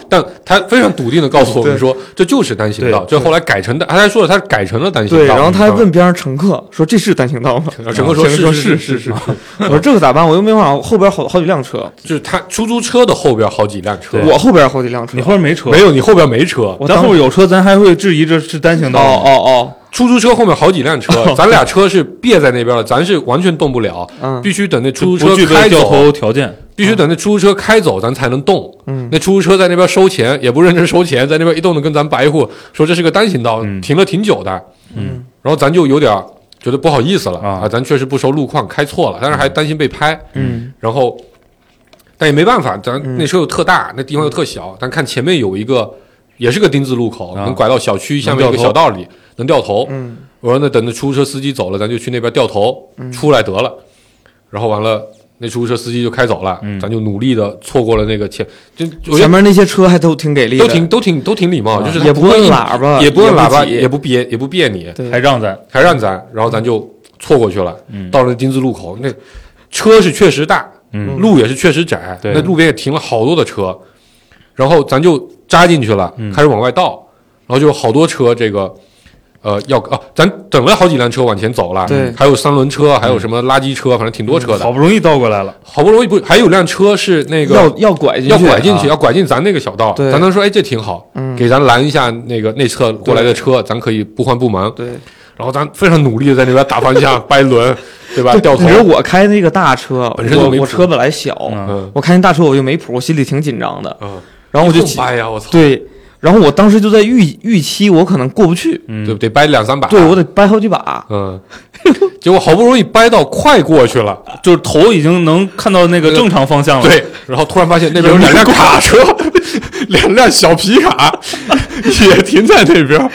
E: 但他非常笃定的告诉我们
C: 对
E: 说这就是单行道，这后来改成的，他还说了他改成了单行道，嗯
C: 对，然后他还
E: 你知道
C: 问
E: 吗，
C: 边上乘客说：“这是单行道 吗
E: 然 后整个说
D: 乘客说是
E: 是是是，
C: 我说：“这可咋办？我又没办法，后边好好几辆车，
E: 就是他出租车的后边好几辆车，
C: 我后边好几辆车
D: 你。后面没车，
E: 没 有你后边没车，
C: 我
D: 咱
C: 当
D: 后面有车，咱还会质疑这是单行”
C: 哦
D: 道吗。
C: 哦哦，
E: 出租车后面好几辆车， 咱俩车是别在那边了，咱是完全动不了，
C: 嗯
E: 必须等那
D: 就
E: 出租
D: 不具备
E: 车开
D: 交
E: 走，
D: 通条件，
E: 必须等那出租车开走，咱才能动。
C: 嗯
E: 那出租车在那边收钱， 也不认真收钱，在那边一动的跟咱白户说这是个单行道，
D: 嗯
E: 停了挺久的。
C: 嗯，
E: 然后咱就有点儿觉得不好意思了
D: 啊
E: 咱确实不熟路况，开错了，但是还担心被拍。
C: 嗯，
E: 然后但也没办法，咱
C: 嗯
E: 那车又特大，那地方又特小，咱看前面有一个也是个丁字路口，
D: 啊
E: 能拐到小区下面
D: 能
E: 一个
D: 掉头
E: 小道里，能掉头。
C: 嗯，
E: 我说那等着出租车司机走了，咱就去那边掉头、出来得了。然后完了，那出租车司机就开走了，
D: 嗯
E: 咱就努力的错过了那个前，就我觉
C: 前
E: 得
C: 面那些车还都挺给力的，
E: 都挺都挺都挺礼貌，就是
C: 啊
E: 他
C: 也
E: 会
C: 不摁
E: 硬
C: 喇叭
E: 也不摁
C: 也不
E: 喇叭，
C: 挤
E: 也不憋也不别你，
C: 对
D: 还让咱
E: 还让咱，然后咱就错过去了。到了丁字路口，那车是确实大，
D: 嗯
E: 路也是确实窄，
D: 对
E: 那路边也停了好多的车，然后咱就扎进去了，
D: 嗯
E: 开始往外倒，然后就有好多车这个。呃，要啊，咱等了好几辆车往前走了，
C: 对
E: 还有三轮车，还有什么垃圾车，反正挺多车
D: 嗯好
E: 的。
D: 不容易倒过来了，
E: 好不容易不，还有辆车是那个
C: 要要拐进去，
E: 要拐进去，
C: 啊
E: 要拐进咱那个小道，
C: 对
E: 咱能说，哎，这挺好，
C: 嗯
E: 给咱拦一下那个内侧过来的车，咱可以不慌不忙。
C: 对。
E: 然后咱非常努力的在那边打方向、掰 轮，对吧？啊掉头
C: 你，说我开那个大车，
E: 本身就
C: 我
E: 没谱
C: 我车本来小，
E: 嗯
C: 我开那大车我就没谱，我心里挺紧张的。
E: 嗯，
C: 然后我就
E: 一通掰呀，我操，
C: 对，然后我当时就在预预期我可能过不去，
E: 对嗯不对？掰两三把，
C: 对我得掰好几把。
E: 嗯，结果好不容易掰到快过去了，
D: 就是头已经能看到那个正常方向了。
E: 对，然后突然发现那啊边有两辆卡车， 两辆小皮 卡也停在那边，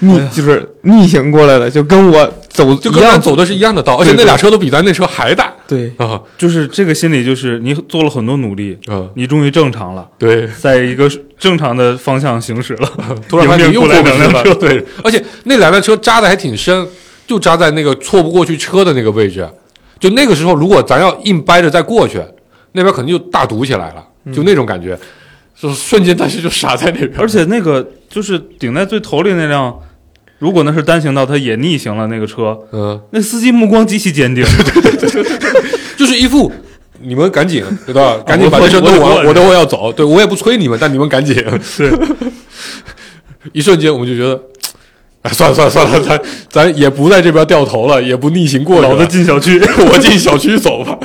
C: 逆就是逆行过来的，就跟我走
E: 就
C: 一
E: 跟
C: 样
E: 咱走的是一样的道，而且那俩车都比咱那车还大
C: 对，
E: 啊，
D: 就是这个心理，就是你做了很多努力，
E: 嗯，
D: 你终于正常了，
E: 对。
D: 在一个正常的方向行驶了，
E: 突然发
D: 迎面
E: 现又
D: 过
E: 过
D: 来
E: 不去
D: 两辆车
E: 了，，对，而且那两辆车扎的还挺深，就扎在那个错不过去车的那个位置。就那个时候，如果咱要硬掰着再过去，那边肯定就大堵起来了，
D: 嗯
E: 就那种感觉，就瞬间但是就傻在那边。
D: 而且那个就是顶在最头里那辆，如果那是单行道，它也逆行了那个车，
E: 嗯，
D: 那司机目光极其坚定，
E: 就是一副你们赶紧，对吧？赶紧把这事
D: 我
E: 弄
D: 我
E: 完，
D: 我
E: 我等会要走。对我也不催你们，但你 们赶紧。
D: 对，
E: 一瞬间我们就觉得，哎，算了算了算了，咱咱也不在这边掉头了，也不逆行过去了
D: 老子进小区。
E: 我进小区走吧。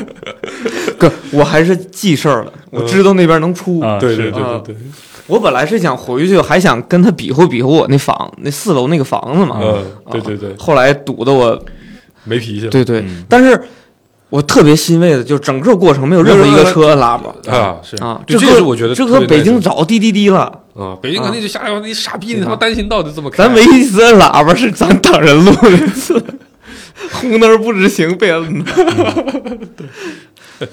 C: 哥，我还是记事儿了，我知道那边能出。
D: 啊
E: 对对
D: 是
E: 对
C: 啊
E: 对对，
C: 我本来是想回去，还想跟他比划比划我那房那四楼那个房子嘛。
E: 嗯，对
C: 啊
E: 对嗯对，
C: 后来堵得我，
E: 没脾气了。
C: 对对，但是我特别欣慰的，就是整个过程没有任何一个车按喇叭
E: 啊，是
C: 啊，
E: 就这
C: 和
E: 是我觉得
C: 这
E: 特
C: 和
E: 别
C: 北京
E: 带劲
C: 早滴滴滴了，
E: 啊，北京肯定就瞎聊，你傻逼，你他妈单行道就这么开。
C: 咱唯一一次按喇叭是咱挡人路那次，红灯不执行被 摁的。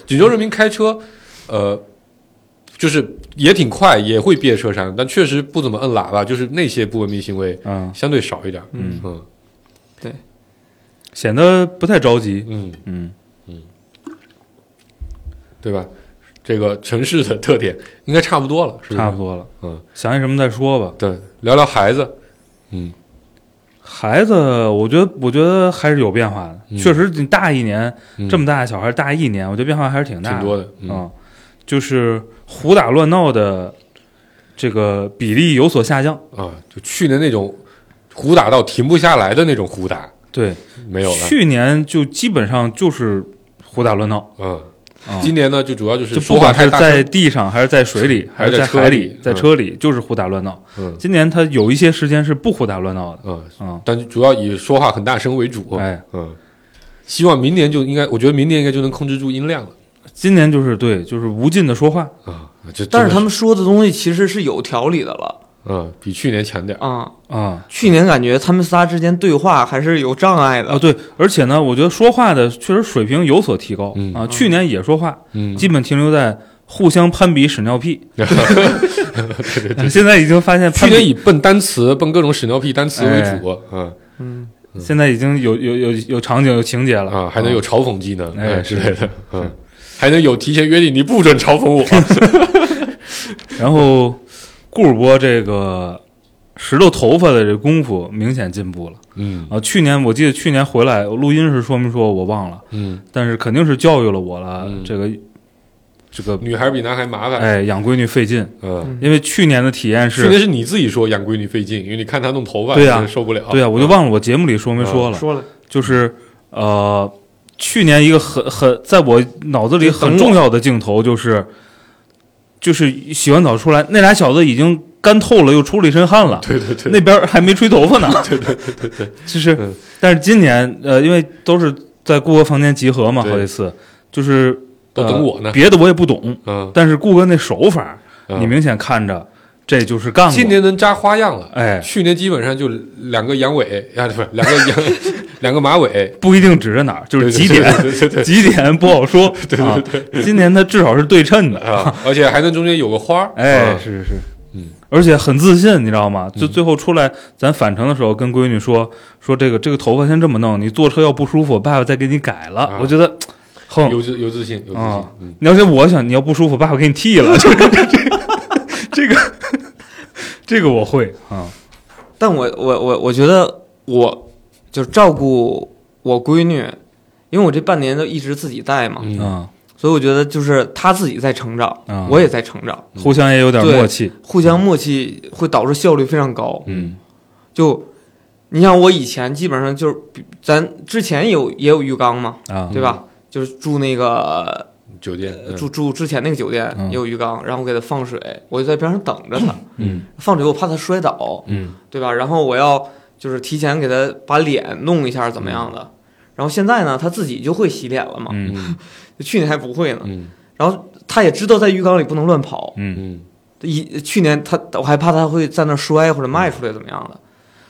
E: 锦州人民开车，呃，就是也挺快，也会别车山，但确实不怎么摁喇叭，就是那些不文明行为
D: 嗯，
E: 相对少一点。嗯嗯
D: 显得不太着急。
E: 嗯，
D: 嗯，
E: 对吧？这个城市的特点应该差不多了，是
D: 差不
E: 多。
D: 多了。
E: 嗯，
D: 想起什么再说吧。
E: 对，聊聊孩子，
D: 孩子，我觉得，我觉得还是有变化的。
E: 嗯
D: 确实，你大一年，
E: 嗯
D: 这么大的小孩大一年，我觉得变化还是挺大
E: 挺多的。嗯
D: 嗯，就是胡打乱闹的这个比例有所下降。
E: 啊，就去年那种胡打到停不下来的那种胡打
D: 对，
E: 没有了。
D: 去年就基本上就是胡打乱闹，
E: 嗯
D: 啊，
E: 今年呢，就主要就是
D: 就
E: 说
D: 不
E: 话
D: 管
E: 太
D: 是
E: 大
D: 在
E: 声。
D: 地上还是在水里，
E: 还
D: 还
E: 是
D: 是
E: 在
D: 在
E: 车
D: 海
E: 里
D: 里，在
E: 嗯
D: 车里就是胡打乱闹。
E: 嗯
D: 今年他有一些时间是不胡打乱闹的。
E: 嗯，
D: 啊、
E: 但主要以说话很大声为主。
D: 哎，
E: 嗯，希望明年就应该，我觉得明年应该就能控制住音量了
D: 今年就是对，就是无尽的说话。
E: 啊。这
C: 但
E: 真的
C: 是他们说的东西其实是有条理的了
E: 嗯，比去年强点儿。
C: 啊。
D: 啊
C: 去年感觉他们仨之间对话还是有障碍的
E: 哦
D: 啊，对，而且呢，我觉得说话的确实水平有所提高、
E: 嗯
D: 啊。去年也说话，
E: 嗯，
D: 基本停留在互相攀比屎尿屁，
E: 对对对，
D: 现在已经发现
E: 去
D: 攀比
E: 年以笨单词、笨各种屎尿屁单词为主，
D: 哎
E: 嗯
D: 现在已经有有有有场景有情节了
E: 啊，还能有嘲讽技能，
D: 哎
E: 哎之
D: 是
E: 类 的，嗯，还能有提前约定你不准嘲讽我，
D: 然后顾主播这个拾掇头发的这功夫明显进步了
E: 嗯
D: 啊！去年我记得去年回来我录音是说没说我忘了，
E: 嗯，
D: 但是肯定是教育了我了。
E: 嗯
D: 这个这个
E: 女孩比男孩麻烦，
D: 哎，养闺女费劲，
E: 嗯，
D: 因为去年的体验
E: 去年
D: 是，
E: 是你自己说养闺女费劲，因为你看她弄头发，
D: 对呀
E: 你受不了，
D: 对啊，我就忘了我节目里说没说了，
C: 说了，
D: 就是呃，去年一个很很在我脑子里很重要的镜头就是。就是洗完澡出来，那俩小子已经干透了，又出了一身汗了。
E: 对对对，
D: 那边儿还没吹头发呢。
E: 对对对对对，
D: 就是
E: 嗯，
D: 但是今年呃，因为都是在顾哥房间集合嘛，
E: 对
D: 好几次，就是
E: 都
D: 呃
E: 等我呢
D: 别的我也不懂，
E: 嗯，
D: 但是顾哥那手法，
E: 嗯
D: 你明显看着这就是干过。
E: 今年能扎花样了，
D: 啊哎
E: 去年基本上就两个羊尾 啊，不是两个羊， 两个马尾，
D: 不一定指着哪儿，就是几点，
E: 对对对对对
D: 几点不好 说。对对对，今年他至少是对称的，
E: 啊，而且还能中间有个花儿，
D: 哎，
E: 啊
D: 是是是，
E: 嗯，
D: 而且很自信，你知道吗？就最后出来咱返程的时候，跟闺女说说这个这个头发先这么弄，你坐车要不舒服，爸爸再给你改了。
E: 啊
D: 我觉得，哼，
E: 有自有自信，有自信
D: 啊，
E: 嗯，
D: 你要是我想你要不舒服，爸爸给你剃了， 这个这个这个我会啊，
C: 但我我我我觉得我就是照顾我闺女，因为我这半年都一直自己带嘛，
E: 嗯
D: 啊，
C: 所以我觉得就是她自己在成长，
D: 啊
C: 我也在成长，
E: 嗯
D: 互相也有点
C: 对
D: 默契，
C: 互相默契会导致效率非常高。
E: 嗯
C: 就你像我以前基本上就是比，咱之前有也有浴缸嘛，
D: 啊，
C: 对吧？就是住那个
E: 酒店嗯
C: 呃住住之前那个酒店
D: 嗯
C: 也有浴缸，然后我给它放水，我就在边上等着 它。
D: 嗯
C: 放水我怕它摔倒，
E: 嗯
C: 对吧？然后我要就是提前给它把脸弄一下怎么样的。然后现在呢，它自己就会洗脸了嘛，
D: 嗯
E: 嗯
C: 去年还不会呢。
E: 嗯
C: 然后它也知道在浴缸里不能乱跑，
D: 嗯
E: 嗯
C: 一去年它我还怕它会在那儿摔或者迈出来怎么样的，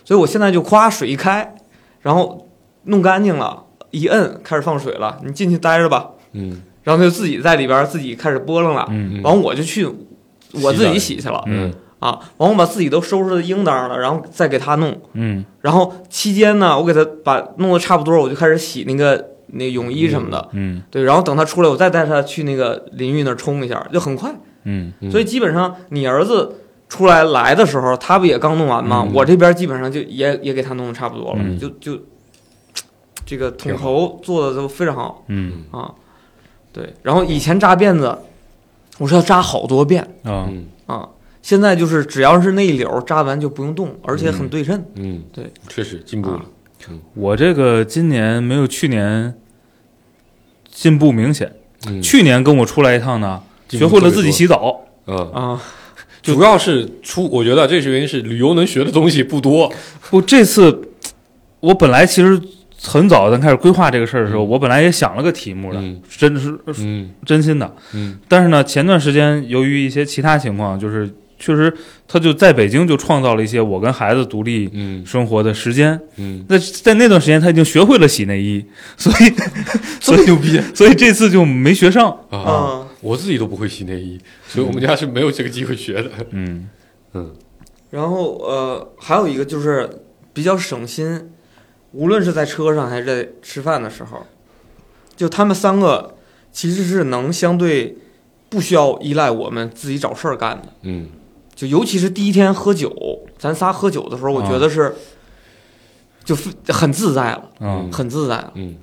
C: 所以我现在就夸水一开，然后弄干净了，一摁开始放水了，你进去待着吧。
E: 嗯
C: 然后它就自己在里边儿自己开始拨楞了，
D: 嗯
C: 完我就去我自己洗去了，
E: 嗯
C: 啊，完我把自己都收拾的应当了，然后再给他弄，
D: 嗯
C: 然后期间呢，我给他把弄得差不多，我就开始洗那个那个泳衣什么的，
D: 嗯
C: 对，然后等他出来，我再带他去那个淋浴那儿冲一下，就很快，
D: 嗯
E: 嗯
C: 所以基本上你儿子。出来来的时候，他不也刚弄完吗？
E: 嗯
C: 我这边基本上就也也给他弄的差不多了，
D: 嗯
C: 就就这个统
E: 挺好
C: 筹做的都非常好
D: 嗯
C: 啊。对，然后以前扎辫子，我是要扎好多遍
D: 啊，
E: 嗯
C: 啊，现在就是只要是那一绺扎完就不用动，而且很对称。
E: 嗯，
C: 对，
E: 确实进步
D: 啊
E: 了。
D: 我这个今年没有去年进步明显。
E: 嗯，
D: 去年跟我出来一趟呢，
E: 进
D: 学
E: 步
D: 会了
E: 特别
D: 自己
E: 多
D: 洗澡。
E: 嗯，
C: 啊，
E: 主要是出，我觉得这是原因是旅游能学的东西不多。
D: 不，这次我本来其实很早咱开始规划这个事儿的时候，我本来也想了个题目的，
E: 嗯
D: 真的是
E: 嗯
D: 真心的。
E: 嗯
D: 但是呢，前段时间由于一些其他情况，就是确实他就在北京就创造了一些我跟孩子独立
E: 嗯
D: 生活的时间。
E: 嗯，
D: 那在那段时间，他已经学会了洗内衣，所以 所以
E: 牛逼
D: 所以这次就没学上。
E: 啊！
C: 嗯，
E: 我自己都不会洗内衣，所以我们家是没有这个机会学的。
D: 嗯
E: 嗯
C: 然后呃，还有一个就是比较省心，无论是在车上还是在吃饭的时候，就他们三个其实是能相对不需要依赖我们自己找事儿干的。
E: 嗯
C: 就尤其是第一天喝酒，咱仨喝酒的时候，我
D: 啊
C: 觉得是就非很自在了，
D: 啊
E: 嗯
C: 很自在了。
E: 嗯，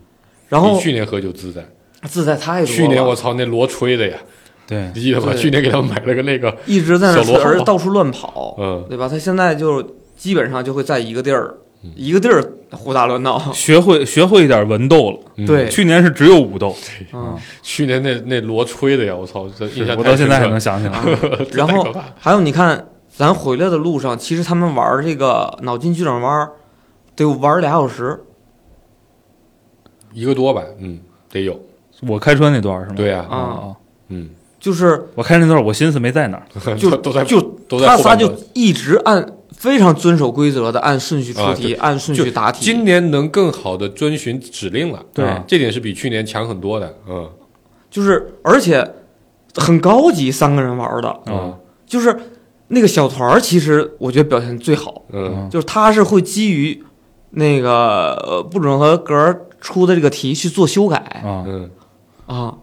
C: 然后
E: 你去年喝酒自在，
C: 自在太多了，
E: 去年我操那锣吹的呀，
D: 对
E: 你记得吧？
C: 对
E: 去年给他们买了个那个，
C: 一直在那
E: 小罗
C: 儿
E: 号
C: 到处乱跑，
E: 嗯
C: 对吧？他现在就基本上就会在一个地儿，
E: 嗯
C: 一个地儿胡打乱闹。
D: 学会学会一点文斗了。
E: 嗯
C: 对
D: 去年是只有武斗，
C: 嗯，
E: 去年那那锣吹的呀，我操，这印象
D: 我
E: 太
D: 到现
E: 深
D: 在还
E: 刻
D: 能想起来。
E: 了
C: 然
E: 太
C: 后
E: 可怕了
C: 还有你看，咱回来的路上，其实他们玩儿这个脑筋急转弯儿，得玩儿俩小时。
E: 一个多吧，嗯，得有，
D: 我开车那段儿是吗？
E: 对呀
D: 啊，啊
E: 嗯，
C: 就是
D: 我开那段儿我心思没在那儿。
C: 就
E: 都在
C: 就
E: 都在
C: 他
E: 后
C: 仨
E: 半
C: 就
E: 段
C: 一直按非常遵守规则的按顺序出
E: 啊
C: 题，按顺序答题。
E: 今年能更好的遵循指令了，
D: 对
E: 啊这点是比去年强很多的，嗯
C: 就是而且很高级，三个人玩儿的，
D: 啊
C: 就是那个小团儿，其实我觉得表现最好，
E: 嗯
D: 哦
C: 就是他是会基于那个呃不准合格儿出的这个题去做修改
D: 啊
E: 嗯
C: 啊，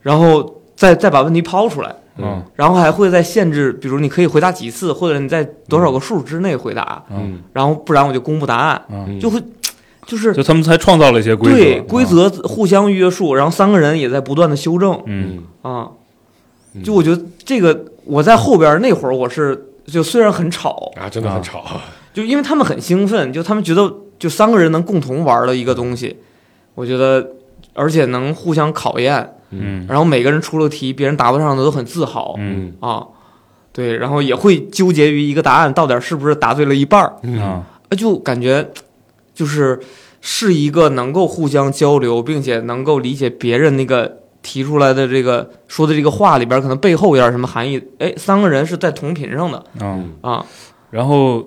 C: 然后再再把问题抛出来。
E: 嗯
C: 然后还会再限制，比如你可以回答几次，或者你在多少个数之内回答，
D: 哦
E: 嗯
C: 然后不然我就公布答案，
E: 嗯，
C: 就会就是
D: 嗯就他们才创造了一些规则，
C: 对
D: 啊
C: 规则互相约束，然后三个人也在不断的修正
D: 嗯，
E: 嗯
C: 啊
E: 嗯。
C: 就我觉得这个我在后边那会儿我是就虽然很吵，
E: 啊，真的
D: 哦
E: 很吵，
C: 就因为他们很兴奋，就他们觉得就三个人能共同玩的一个东西，我觉得而且能互相考验，
D: 嗯
C: 然后每个人出了题，别人答不上的都很自豪，
D: 嗯
C: 啊，对，然后也会纠结于一个答案到底儿是不是答对了一半儿，
E: 嗯
D: 啊，
C: 呃就感觉就是是一个能够互相交流，并且能够理解别人那个提出来的这个说的这个话里边儿可能背后有点儿什么含义。哎，三个人是在同频上的
D: 嗯，
C: 啊，
D: 然后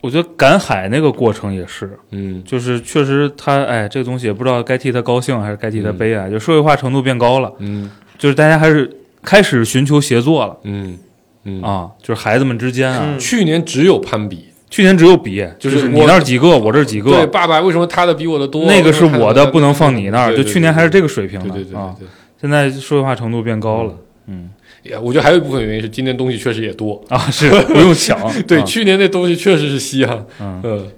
D: 我觉得赶海那个过程也是，
E: 嗯
D: 就是确实他哎，这个东西也不知道该替他高兴还是该替他悲哀，就社会化程度变高了，
E: 嗯
D: 就是大家还是开始寻求协作了
E: 嗯嗯，
D: 啊，就是孩子们之间啊，
C: 嗯，
E: 去年只有攀比，
D: 去年只有比，就
E: 就是
D: 你
E: 我
D: 那儿几个，我这儿几
E: 对，
D: 个。
E: 爸爸为什么他的比我的多？
D: 那个是
E: 为什么
D: 我
E: 他
D: 的，不能放你那儿。
E: 对
D: 就
E: 对
D: 去年还是这个水平
E: 对对对
D: 的
E: 对
D: 啊，
E: 对。
D: 现在社会化程度变高 了，嗯
E: 也我觉得还有一部分原因是今年东西确实也多，
D: 啊，是不用想，
E: 对，
D: 啊
E: 去年那东西确实是稀罕，
D: 嗯
E: 嗯，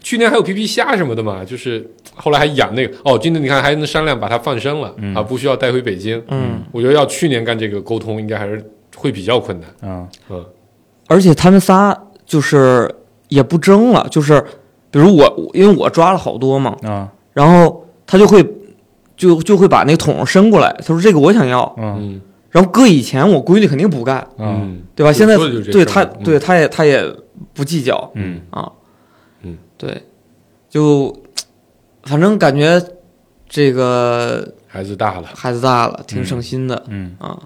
E: 去年还有皮皮虾什么的嘛，就是后来还养那个，哦，今年你看还能商量把它放生了、
D: 嗯
E: 啊，不需要带回北京，
C: 嗯，
E: 我觉得要去年干这个沟通应该还是会比较困难，
D: 啊
E: 嗯
C: 而且他们仨就是也不争了，就是比如我我因为我抓了好多嘛，
D: 啊
C: 然后他就会就就会把那个桶伸过来，他说这个我想要。
D: 嗯
E: 嗯
C: 然后搁以前我闺女肯定不干，
D: 嗯
C: 对吧？
E: 对
C: 现在
E: 说的就是这
C: 对
E: 事儿
C: 她
E: 嗯
C: 对她也她也不计较
D: 嗯
C: 啊，
E: 嗯，
C: 对，就反正感觉这个
E: 孩子大了，
C: 孩子大了，挺省心的、
D: 嗯，
C: 啊。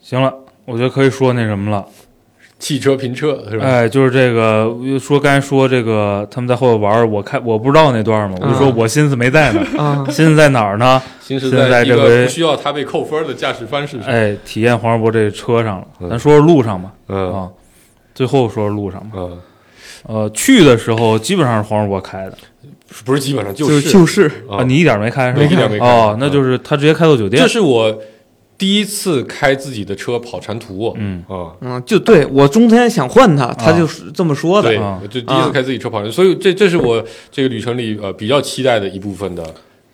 D: 行了，我觉得可以说那什么了。
E: 汽车评车是吧？
D: 哎，就是这个说刚才说这个他们在后头玩儿，我看我不知道那段嘛，我就说
C: 啊
D: 我心思没在那儿，
C: 啊，
D: 心思在哪儿呢？
E: 新时
D: 现
E: 代
D: 在
E: 一
D: 这
E: 个
D: 回
E: 不需要他被扣分的驾驶方式，
D: 哎，体验黄世博这车上了，
E: 嗯
D: 咱说说路上吧
E: 嗯
D: 啊。最后说说路上吧，
E: 嗯，
D: 呃，去的时候基本上是黄世博开的
E: 不是基本上
C: 就是就是
E: 啊
D: 啊，你一点儿没开是吧？
E: 我一点儿没开
D: 哦，那就是他直接开到酒店
E: 这，是我第一次开自己的车跑长途，
D: 嗯
E: 啊，
C: 嗯，就对我中间想换他，他就是这么说的
E: 对，。
D: 啊
E: 我就第一次开自己车跑长途，所以这这是我这个旅程里呃比较期待的一部分的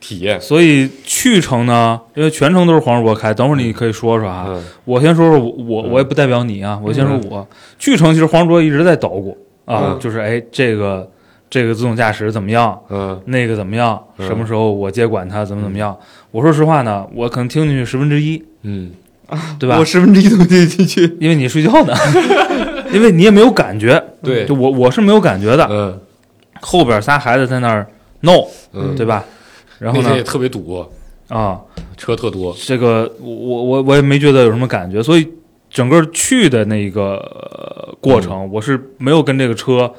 E: 体验。
D: 所以去程呢，因为全程都是黄世博开，等会儿你可以说说啊。
E: 嗯，
D: 我先说说我，我我也不代表你啊，我先说我。去程其实黄世博一直在捣鼓啊，
E: 嗯
D: 就是哎，这个这个自动驾驶怎么样？
E: 嗯
D: 那个怎么样？
E: 嗯
D: 什么时候我接管它？怎么怎么样？我说实话呢，我可能听进去十分之一，
E: 嗯
D: 对吧
C: 我？十分之一都没进 去，
D: 因为你睡觉呢，因为你也没有感觉。
C: 嗯
E: 对
D: 就我我是没有感觉的。
E: 嗯
D: 后边仨孩子在那儿闹，
E: 嗯，
D: 对吧？然后
E: 那天也
D: 呢，
E: 特别堵，
D: 啊，
E: 车特多，
D: 这个我我我我也没觉得有什么感觉，所以整个去的那个、呃过程，
E: 嗯
D: 我是没有跟这个车，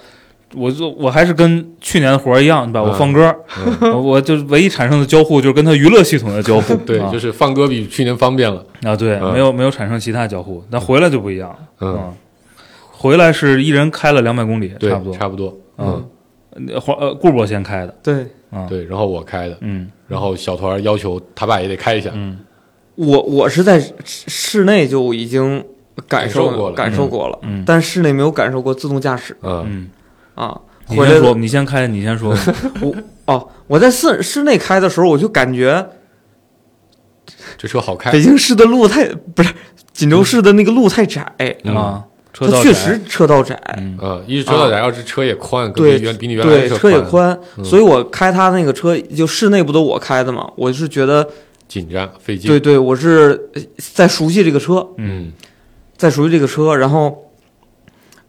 D: 我就我还是跟去年的活儿一样，对吧？
E: 嗯
D: 我放歌，
E: 嗯
D: 我我就唯一产生的交互就是跟它娱乐系统的交互，
E: 对，
D: 啊
E: 就是放歌比去年方便了。
D: 啊对，
E: 嗯
D: 没有没有产生其他交互，但回来就不一样了，
E: 嗯，
D: 啊回来是一人开了两百公里，
E: 对
D: 差不，多。
E: 差不多。嗯，
D: 呃黄呃，顾博先开的，
C: 对
E: 对，然后我开的，
D: 啊嗯
E: 然后小团要求他爸也得开一下。
D: 嗯
C: 我我是在室内就已经感受
E: 感受过了
C: 感受过了，
D: 嗯
C: 但室内没有感受过自动驾驶
E: 嗯
D: 嗯，
C: 啊。
D: 你
C: 回来
D: 先
C: 的
D: 说，你先开，你先说，
C: 哦，我在室室内开的时候，我就感觉
E: 这车好开
C: 北京市的路太不是锦州市的那个路太窄，
E: 嗯
D: 啊，车道
C: 它确
D: 窄
C: 实车道窄，
D: 嗯
E: 啊，一是车道窄，二是车也宽，跟
C: 对
E: 你原比你原来
C: 对，
E: 的
C: 车也
E: 宽，
C: 宽，
E: 嗯
C: 所以我开他那个车，就室内不都我开的嘛，我是觉得，
E: 紧张费劲。
C: 对，对，我是呃在熟悉这个车，
E: 嗯
C: 在熟悉这个车，然后，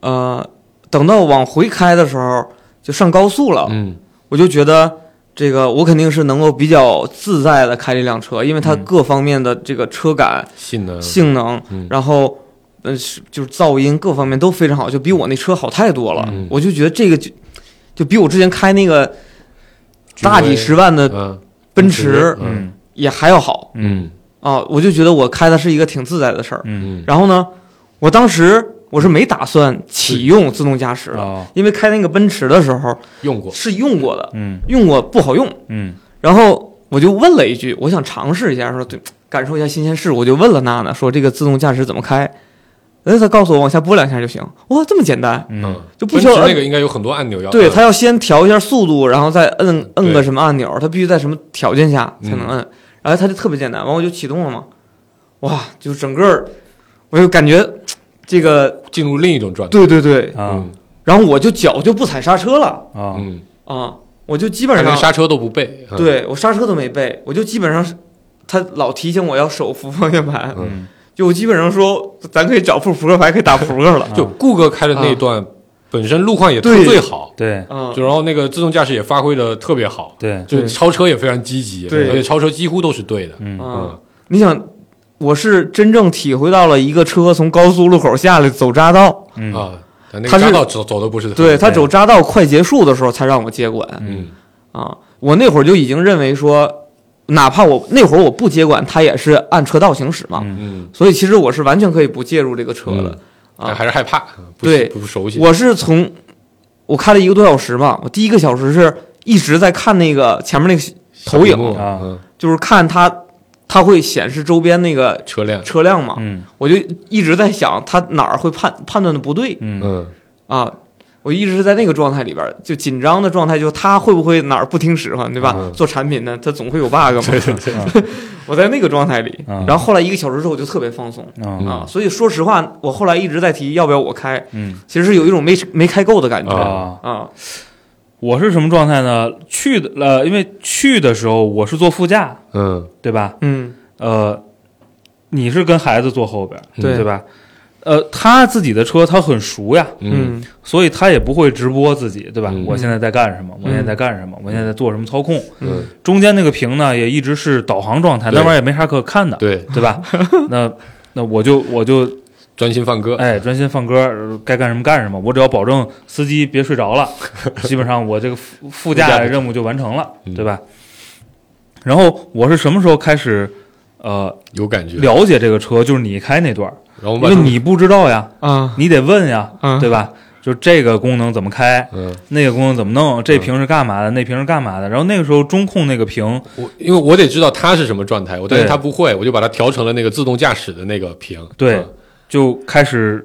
C: 呃，等到往回开的时候，就上高速了，
E: 嗯
C: 我就觉得这个我肯定是能够比较自在的开这辆车，因为它
D: 嗯
C: 各方面的这个车感、
E: 性能
C: 性能，
E: 嗯
C: 然后。呃，是就是噪音各方面都非常好，就比我那车好太多了。
E: 嗯
C: 我就觉得这个就就比我之前开那个大几十万的
E: 嗯
C: 奔驰
E: 嗯
D: 嗯
C: 也还要好
E: 嗯
C: 啊，我就觉得我开的是一个挺自在的事儿。
D: 嗯
E: 嗯
C: 然后呢，我当时我是没打算启用自动驾驶的，
E: 哦
D: 啊
C: 因为开那个奔驰的时候
E: 用过
C: 是用过的，
D: 嗯
C: 用过不好用。
D: 嗯。
C: 然后我就问了一句，我想尝试一下，说对，感受一下新鲜事。我就问了娜娜，说这个自动驾驶怎么开？哎，他告诉我往下拨两下就行。哇，这么简单！
D: 嗯，
C: 就不
E: 奔
C: 需
E: 驰
C: 要摁
E: 那个应该有很多按钮要
C: 对，
E: 摁
C: 他要先调一下速度，然后再摁摁
E: 嗯对
C: 个什么按钮，他必须在什么条件下才能摁。然后他就特别简单，完我就启动了嘛，哇，就整个儿我就感觉这个
E: 进入另一种状态。
C: 对对对，
D: 啊
E: 嗯
C: 然后我就脚就不踩刹车了
D: 啊
E: 嗯，
C: 啊，我就基
E: 他
C: 本
E: 连
C: 上
E: 刹车都不备。嗯，
C: 对我刹车都没备，我就基本上是他老提醒我要手扶方向盘，
D: 嗯
C: 就我基本上说咱可以找副扑克牌可以打扑克了，
E: 就顾哥开的那段本身路况也特
C: 啊对
E: 最好，
D: 对
C: 嗯
E: 就然后那个自动驾驶也发挥的特别好，
D: 对，
E: 就是
C: 对
E: 超车也非常积极，
C: 对
E: 而且超车几乎都是对的。
D: 嗯
C: 嗯
E: 嗯，
C: 你想。我是真正体会到了一个车从高速路口下来走匝道，
D: 嗯
E: 啊，但那
C: 他
E: 个
C: 是
E: 匝道走走的不是特别
C: 对他走匝道快结束的时候才让我接管
E: 嗯
C: 啊！我那会儿就已经认为说，哪怕我那会儿我不接管，他也是按车道行驶嘛，
D: 嗯
E: 嗯，
C: 所以其实我是完全可以不介入这个车的
E: 嗯。
C: 啊
E: 但还是害怕，不
C: 对
E: 不熟悉。
C: 我是从我开了一个多小时嘛，我第一个小时是一直在看那个前面那个，投影
E: 小屏幕
D: 啊
E: 嗯
C: 就是看它，它会显示周边那个
E: 车辆，
C: 车辆嘛，
D: 嗯
C: 我就一直在想它哪儿会判判断的不对
D: 嗯
E: 嗯
C: 啊。我一直是在那个状态里边儿，就紧张的状态，就它会不会哪儿不听使唤，对吧？
E: 嗯
C: 做产品呢，它总会有 bug 嘛。
D: 啊
C: 我在那个状态里，
D: 嗯
C: 然后后来一个小时之后我就特别放松、
E: 嗯
D: 啊
C: 啊。所以说实话，我后来一直在提要不要我开，
D: 嗯
C: 其实是有一种没没开够的感觉
E: 啊
D: 啊！
C: 啊
D: 我是什么状态呢？去的呃，因为去的时候我是坐副驾，
E: 嗯
D: 对吧？
C: 嗯，
D: 呃，你是跟孩子坐后边，
E: 嗯
C: 对
D: 对吧？呃，他自己的车他很熟呀，
C: 嗯
D: 所以他也不会直播自己，对吧
E: 嗯？
D: 我现在在干什么？我现在在干什么？我现在在做什么操控？
E: 嗯，
D: 中间那个屏呢，也一直是导航状态，那
E: 对
D: 玩意儿也没啥可看的，
E: 对，
D: 对吧？那那我就我就
E: 专心放歌。
D: 哎，专心放歌，呃该干什么干什么。我只要保证司机别睡着了，基本上我这个副副驾的任务就完成了，
E: 嗯
D: 对吧？然后我是什么时候开始呃
E: 有感觉。
D: 了解这个车？就是你开那段儿，
E: 然后我
D: 因
E: 把
D: 为你不知道呀，
C: 啊
D: 你得问呀，
C: 啊
D: 对吧？就这个功能怎么开，
E: 嗯，
D: 那个功能怎么弄，这屏是干嘛的，那屏是干嘛的。然后那个时候中控那个屏，
E: 我因为我得知道它是什么状态，我担心
D: 对
E: 它不会，我就把它调成了那个自动驾驶的那个屏。
D: 对
E: 嗯
D: 就开始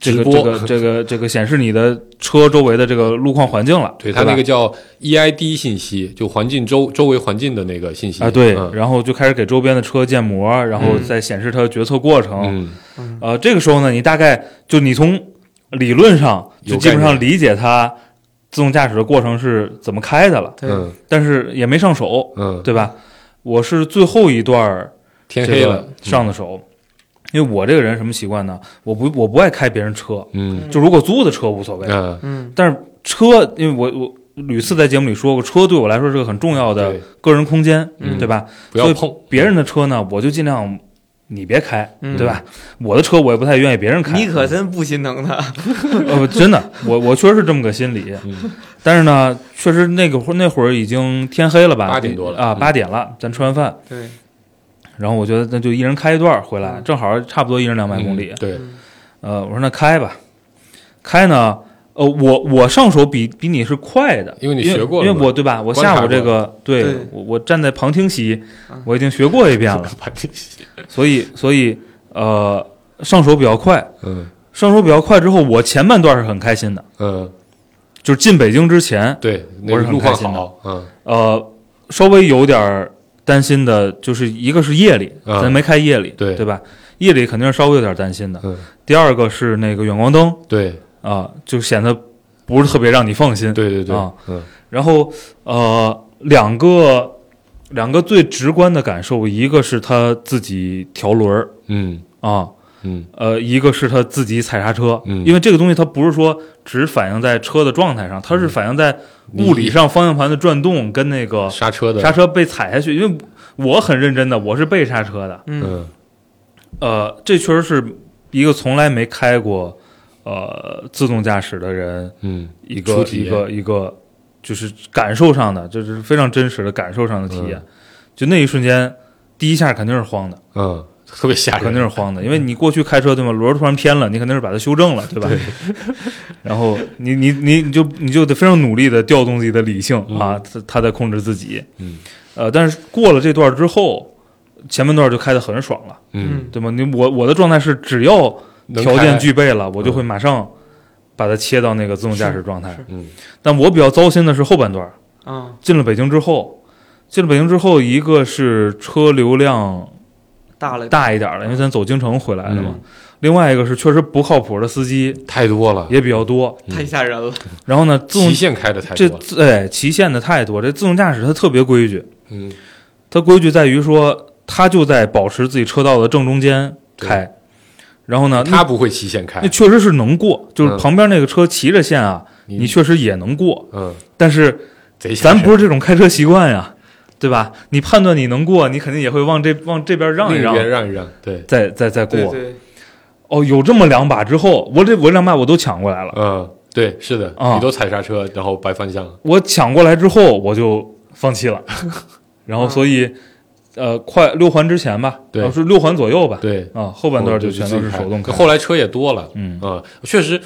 D: 这个
E: 直播
D: 这个这个这个显示你的车周围的这个路况环境了，
E: 对
D: 对
E: 它那
D: 吧
E: 个叫 EID 信息，就环境周周围环境的那个信息
D: 啊对，
E: 嗯
D: 然后就开始给周边的车建模，然后再显示它的决策过程。
E: 嗯，
D: 呃，这个时候呢，你大概就你从理论上就
E: 有
D: 基本
E: 概
D: 上
E: 念
D: 理解它自动驾驶的过程是怎么开的了，
C: 对
E: 嗯
D: 但是也没上手，
E: 嗯，
D: 对吧？我是最后一段儿
E: 天
D: 这
E: 黑
D: 个
E: 了，嗯
D: 上的手，因为我这个人什么习惯呢？我不我不爱开别人车，
E: 嗯
D: 就如果租的车无所谓，
E: 嗯，
C: 嗯，
D: 但是车，因为我我屡次在节目里说过，车对我来说是个很重要的
E: 对，
D: 个人空间，
E: 嗯
D: 对吧？
E: 不要碰
D: 别人的车呢，我就尽量你别开，
C: 嗯
D: 对吧？我的车我也不太愿意别人开，
C: 你可真不心疼他，
D: 呃，真 的，我我确实是这么个心理。
E: 嗯
D: 但是呢，确实那个会那会儿已经天黑了吧，
E: 八点多了
D: 啊，
E: 嗯
D: 八点了，咱吃完饭，
C: 对，
D: 然后我觉得那就一人开一段儿回来，
C: 嗯
D: 正好差不多一人两百公里。
E: 嗯对，
D: 呃，我说那开吧，开呢，呃，我我上手比比你是快的，
E: 因为你
D: 因为
E: 学过了
D: 因
E: 嘛
D: 为我对吧？我
E: 观察
D: 下午这
E: 过
D: 个对
C: 对
D: 我我站在旁听席
C: 啊，
D: 我已经学过一遍 了，
E: 把这些，
D: 所以所以呃，上手比较快，
E: 嗯
D: 上手比较快之后，我前半段是很开心的，
E: 嗯，
D: 就是进北京之前，
E: 对，那
D: 我
E: 个
D: 是很
E: 路况
D: 开心的
E: 好，嗯
D: 呃，稍微有点儿担心的，就是一个是夜里，
E: 啊
D: 咱没开夜里，
E: 对
D: 对吧？夜里肯定是稍微有点儿担心的。
E: 嗯，
D: 第二个是那个远光灯
E: 对
D: 啊、就显得不是特别让你放心。
E: 对对对
D: 啊，
E: 嗯
D: 然后呃，两个两个最直观的感受，一个是他自己调轮儿
E: 嗯
D: 啊，
E: 嗯
D: 呃，一个是他自己踩刹车，
E: 嗯
D: 因为这个东西它不是说只反映在车的状态上，它
E: 嗯
D: 是反映在物理上方向盘的转动跟那个
E: 刹车的
D: 刹车被踩下去。因为我很认真的，我是被刹车的，
C: 嗯
E: 嗯
D: 呃，这确实是一个从来没开过呃自动驾驶的人
E: 嗯
D: 一
E: 初
D: 个
E: 体验
D: 一个一个就是感受上的，就是非常真实的感受上的体验。
E: 嗯
D: 就那一瞬间，第一下肯定是慌的，
E: 嗯，特别吓
D: 肯定
E: 人，
D: 是慌的，因为你过去开车对吗？轮儿突然偏了，你肯定是把它修正了，对吧？ 然后你你你你就你就得非常努力的调动自己的理性啊，他他在控制自己。
E: 嗯
D: 呃，但是过了这段之后，前半段就开得很爽了，
E: 嗯，
D: 对吗？你我我的状态是只要
E: 能
D: 条
E: 开嗯
D: 件具备了，我就会马上把它切到那个自动驾驶状态
C: 是。
E: 嗯
D: 但我比较糟心的是后半段，
C: 啊，
D: 进了北京之后，进了北京之后，一个是车流量
C: 大了，
D: 大一点了，因为咱走京城回来的嘛。
E: 嗯
D: 另外一个是确实不靠谱的司机
E: 太多了，
D: 也比较多。
C: 太吓人了，
D: 然后呢，自动
E: 嗯极限开的太
D: 这
E: 多了，
D: 自哎旗限的太多，这自动驾驶它特别规矩，
E: 嗯
D: 它规矩在于说它就在保持自己车道的正中间开，然后呢，
E: 他不会骑线开
D: 那那，确实是能过，就是
E: 嗯
D: 旁边那个车骑着线啊，你确实也能过，
E: 嗯，
D: 但是
E: 贼 吓
D: 咱
E: 人
D: 不是这种开车习惯呀，对吧？你判断你能过，你肯定也会往这往这边让一
E: 另
D: 让
E: 一，边让一让，对，
D: 再再再过。
C: 对对，
D: 哦，有这么两把之后，我这我两把我都抢过来了。
E: 嗯，对，是的，
D: 啊
E: 你都踩刹车，然后白翻向，
D: 我抢过来之后，我就放弃 了。然后，所以，呃，快六环之前吧，
E: 嗯对
D: 啊是六环左右吧，
E: 哦对，
D: 啊，后半段就全都
E: 自
D: 是
E: 己开
D: 手动开。
E: 后来车也多了，
D: 嗯
E: 啊，确实，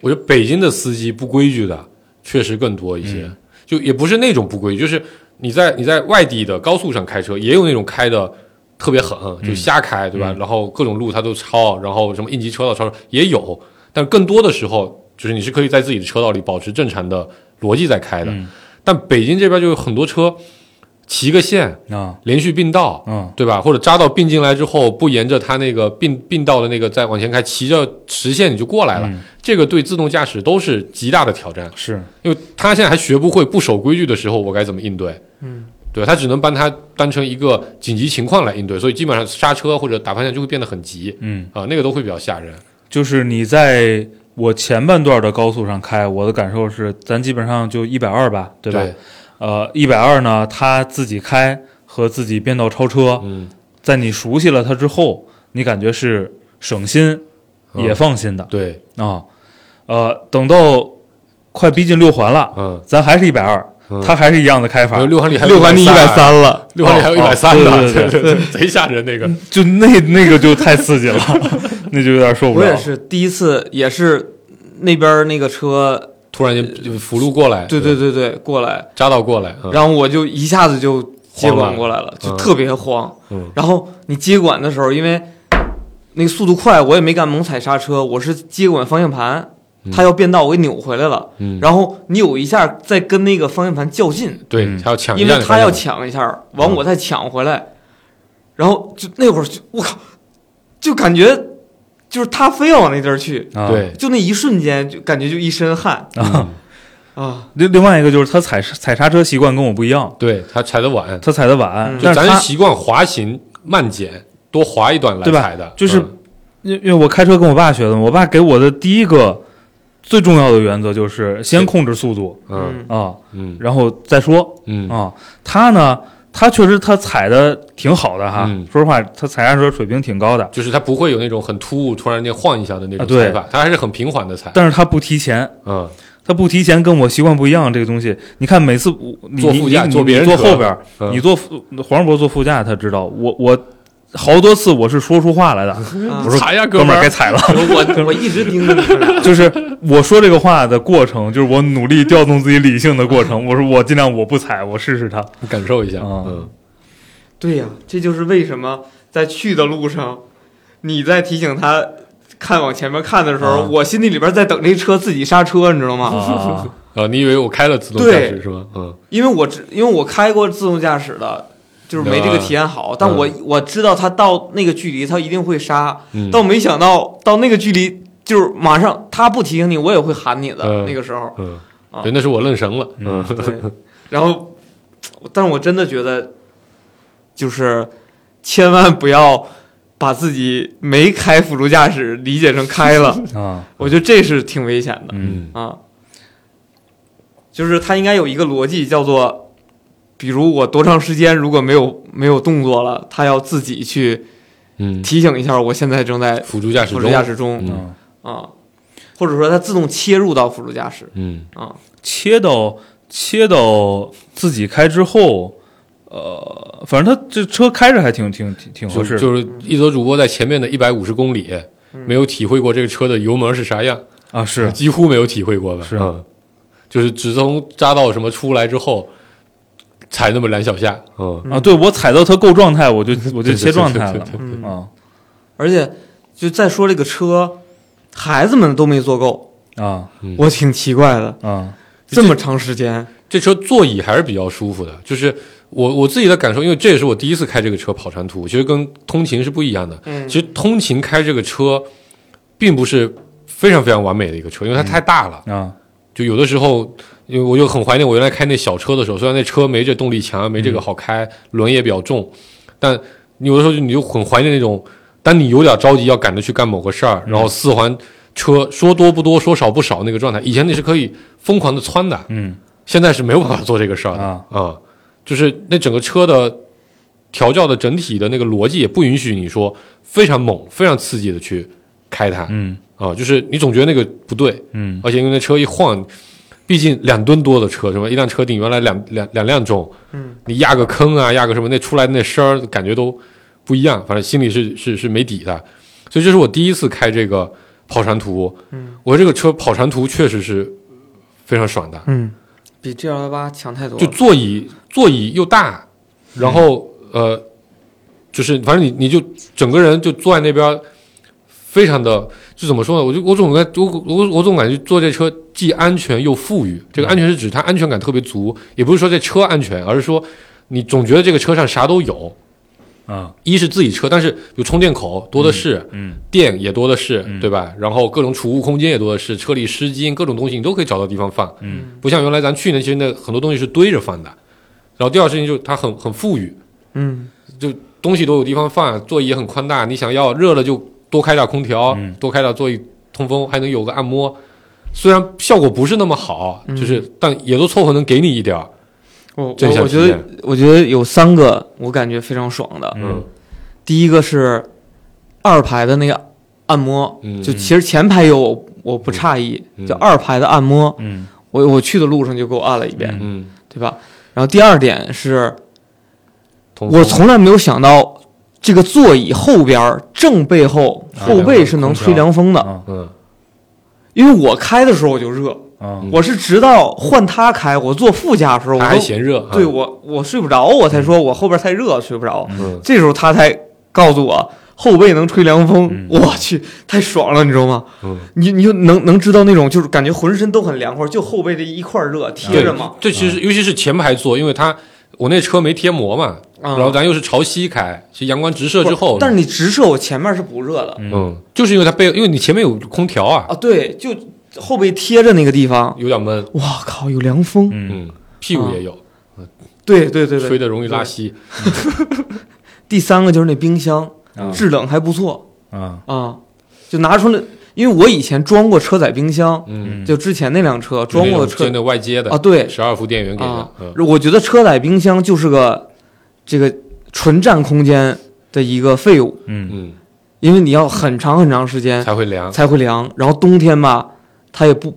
E: 我觉得北京的司机不规矩的确实更多一些，
D: 嗯
E: 就也不是那种不规矩，就是你在你在外地的高速上开车，也有那种开的特别狠，
D: 嗯
E: 就瞎开，对吧？然后各种路他都超，然后什么应急车道超也有，但更多的时候就是你是可以在自己的车道里保持正常的逻辑在开的，
D: 嗯
E: 但北京这边就有很多车骑个线
D: 啊，
E: 连续并道，
D: 嗯
E: 对吧？或者扎到并进来之后，不沿着它那个并并道的那个再往前开，骑着实线你就过来了。
D: 嗯
E: 这个对自动驾驶都是极大的挑战，
D: 是，
E: 因为它现在还学不会不守规矩的时候，我该怎么应对？
C: 嗯，
E: 对，它只能把它当成一个紧急情况来应对，所以基本上刹车或者打方向就会变得很急
D: 嗯，
E: 啊、那个都会比较吓人。
D: 就是你在我前半段的高速上开，我的感受是，咱基本上就一百二吧，对
E: 对
D: 吧？呃，一百二呢，他自己开和自己变道超车，
E: 嗯，
D: 在你熟悉了它之后，你感觉是省心
E: 嗯
D: 也放心的。
E: 对，
D: 啊、呃，等到快逼近六环了，
E: 嗯，
D: 咱还是一百二
E: 嗯，
D: 它还是一样的开法。
E: 没有六环里还有
D: 六环里一百
E: 130
D: 三了，
E: 啊六环里还有一百三
D: 哦
E: 的，
D: 哦对对 对嗯
E: 对对，贼吓人那个。
D: 就 那那个就太刺激了，那就有点受不
C: 我
D: 了
C: 也。是第一次，也是那边儿那个车，
E: 突然间就辅路过来，
C: 对哎对对对，过来，
E: 匝道过来，嗯
C: 然后我就一下子就接管过来了，
E: 慌了
C: 就
E: 嗯
C: 特别慌。
E: 嗯
C: 然后你接管的时候，因为那个速度快，我也没敢猛踩刹车，我是接管方向盘，它要变道，我给扭回来了。
E: 嗯，
C: 然后你有一下在跟那个方向盘较劲，
E: 对，
D: 嗯
E: 他要抢一
C: 因
E: 下
C: 为
E: 你
C: 他
E: 方
C: 要
E: 向，
C: 抢一下，完
E: 嗯
C: 我再抢回来，然后就那会儿就我靠，就感觉就是他非要往那地儿去，
D: 啊，
E: 对，嗯
C: 就那一瞬间就感觉就一身汗
D: 啊。
C: 啊，
D: 另另外一个就是他踩踩刹车习惯跟我不一样，
E: 对他踩的晚，
D: 他踩的晚，
C: 嗯
E: 就
D: 但是
E: 咱
D: 他
E: 习惯滑行慢减，多滑一段来
D: 对吧
E: 踩的，
D: 就是
E: 嗯
D: 因因为我开车跟我爸学的嘛，我爸给我的第一个最重要的原则就是先控制速度
E: 嗯
D: 啊，
E: 嗯
D: 然后再说
E: 嗯
D: 啊。他呢，他确实他踩的挺好的哈
E: 嗯，
D: 说实话，他踩刹车水平挺高的，
E: 就是他不会有那种很突兀、突然间晃一下的那种
D: 啊对
E: 踩法，他还是很平缓的踩。
D: 但是他不提前，
E: 嗯，
D: 他不提前跟我习惯不一样，这个东西，你看每次我你
E: 坐
D: 你
E: 副驾
D: 你
E: 坐别
D: 你
E: 人
D: 坐
E: 车
D: 后边儿，
E: 嗯
D: 你坐副黄世博坐副驾，他知道我我好多次我是说出话来的，
C: 啊
D: 我说
E: 踩呀，
D: 哥
E: 们
D: 们儿该
E: 儿，
D: 踩了。
C: 我我一直盯着你们俩，
D: 就是我说这个话的过程，就是我努力调动自己理性的过程。我说我尽量我不踩，我试试它。
E: 你感受一下。
D: 啊
E: 嗯，
C: 对呀、这就是为什么在去的路上，你在提醒他。看往前面看的时候，
D: 啊
C: 我心里里边在等这车自己刹车，你知道吗？
D: 啊，
E: 啊，你以为我开了自动驾
C: 对
E: 驶是吗？嗯，
C: 因为我知，因为我开过自动驾驶的，就是没这个体验好，但我我知道它到那个距离它一定会刹，
E: 嗯
C: 但我没想到到那个距离就是马上它不提醒你，我也会喊你的、
E: 嗯
C: 那个时候，
E: 嗯
C: 啊，
E: 对，那是我愣神了。嗯
D: 嗯，
C: 对，然后，但是我真的觉得，就是千万不要把自己没开辅助驾驶理解成开 了，
D: 啊，
C: 我觉得这是挺危险的。
D: 嗯，
C: 啊，就是它应该有一个逻辑，叫做，比如我多长时间如果没有没有动作了，它要自己去
E: 嗯，
C: 提醒一下我现在正在
E: 辅助驾驶
C: 辅
E: 中，
C: 助驾驶中
E: 嗯
C: 啊，或者说它自动切入到辅助驾驶
E: 嗯，
C: 啊，
D: 切到切到自己开之后，呃，反正他这车开着还挺挺挺挺合
E: 就
D: 适的
E: 就是一则主播在前面的一百五十公里没有体会过这个车的油门是啥样，
D: 啊，是
E: 几乎没有体会过吧？
D: 是啊
E: 嗯，就是只从匝道什么出来之后，踩那么两小下，嗯，
D: 啊，对我踩到它够状态，我就我就
E: 对
D: 切状态了。
C: 嗯，
D: 啊
C: 而且就再说这个车，孩子们都没坐够，
D: 啊
E: 嗯
C: 我挺奇怪的，
D: 啊，
C: 这么长时间，
E: 这车座椅还是比较舒服的，就是我我自己的感受，因为这也是我第一次开这个车跑长途，其实跟通勤是不一样的。
C: 嗯
E: 其实通勤开这个车，并不是非常非常完美的一个车，因为它太大了。
D: 啊
E: 就有的时候，因为我就很怀念我原来开那小车的时候，虽然那车没这动力强，没这个好开，轮也比较重，但有的时候就你就很怀念那种，当你有点着急要赶着去干某个事儿，
D: 嗯
E: 然后四环车说多不多，说少不少那个状态，以前你是可以疯狂的窜的，
D: 嗯
E: 现在是没有办法做这个事儿的
D: 啊
E: 就是那整个车的调教的整体的那个逻辑也不允许你说非常猛、非常刺激的去开它啊、
D: 嗯
E: 就是你总觉得那个不对，
D: 嗯
E: 而且因为那车一晃，毕竟两吨多的车是吧？一辆车顶原来两两两辆重，
C: 嗯，
E: 你压个坑啊，压个什么，那出来那声儿感觉都不一样，反正心里是是是没底的。所以这是我第一次开这个跑长途，
C: 嗯，
E: 我这个车跑长途确实是非常爽的，
C: 嗯，比 G L 八强太多
E: 就
C: 了，
E: 座椅座椅又大，然后、呃，就是反正你你就整个人就坐在那边儿，非常的就怎么说呢？我就我总感我我我总感觉坐这车既安全又富裕。这个安全是指它安全感特别足，也不是说这车安全，而是说你总觉得这个车上啥都有。
D: 啊
E: 一是自己车，但是有充电口多的是，
D: 嗯
E: 电也多的是，
D: 嗯
E: 对吧？然后各种储物空间也多的是，车里湿巾各种东西你都可以找到地方放。
D: 嗯，
E: 不像原来咱去年其实那很多东西是堆着放的。然后第二个事情就是它很很富裕，
C: 嗯
E: 就东西都有地方放，座椅也很宽大。你想要热了就多开点空调，
D: 嗯
E: 多开点座椅通风，还能有个按摩。虽然效果不是那么好，
C: 嗯
E: 就是但也都凑合能给你一点儿。
C: 我
E: 正
C: 我
E: 向
C: 我觉
E: 体
C: 得
E: 验
C: 我觉得有三个我感觉非常爽的，
E: 嗯
C: 第一个是二排的那个按摩，
E: 嗯
C: 就其实前排有我我不诧异，
E: 嗯
C: 就二排的按摩，
D: 嗯
C: 我我去的路上就给我按了一遍，
D: 嗯
E: 嗯，
C: 对吧？然后第二点是
E: 通风
C: 我从来没有想到这个座椅后边儿正背后
E: 吹凉
C: 后背是能吹凉风的，
D: 啊
E: 嗯
C: 因为我开的时候我就热，
D: 啊
E: 嗯
C: 我是直到换他开，我坐副驾的时候，我
E: 他还
C: 都
E: 嫌热，啊
C: 对，我我睡不着，我才说我后边太热睡不着，
E: 嗯，
C: 这时候他才告诉我后背能吹凉
D: 嗯
C: 风，我去太爽了，你知道吗？
E: 嗯
C: 你你就能能知道那种就是感觉浑身都很凉快，就后背这一块热贴着嘛，
E: 这其实尤其是前排座，因为它我那车没贴膜嘛，
C: 啊
E: 然后咱又是朝西开，其实阳光直射之后，
C: 但是你直射我前面是不热的
E: 嗯，就是因为它背，因为你前面有空调啊，
C: 啊，对，就后背贴着那个地方，
E: 有点闷，
C: 哇靠，有凉风，
D: 嗯，
E: 嗯，屁股也有，
C: 对对啊对
E: 吹
C: 对。
E: 的容易拉稀，
C: 第三个就是那冰箱
D: 啊
C: 制冷还不错
D: 啊
C: 啊，就拿出来，因为我以前装过车载冰箱，
E: 嗯，
C: 就之前那辆车
E: 就
C: 装
E: 那
C: 过
E: 种
C: 的车
E: 接那外接的
C: 啊，对
E: 十二伏电源给的
C: 啊，
E: 嗯，，
C: 我觉得车载冰箱就是个这个纯占空间的一个废物，
D: 嗯
E: 嗯，
C: 因为你要很长很长时间
E: 才会凉。
C: 嗯才会凉，然后冬天吧，它也不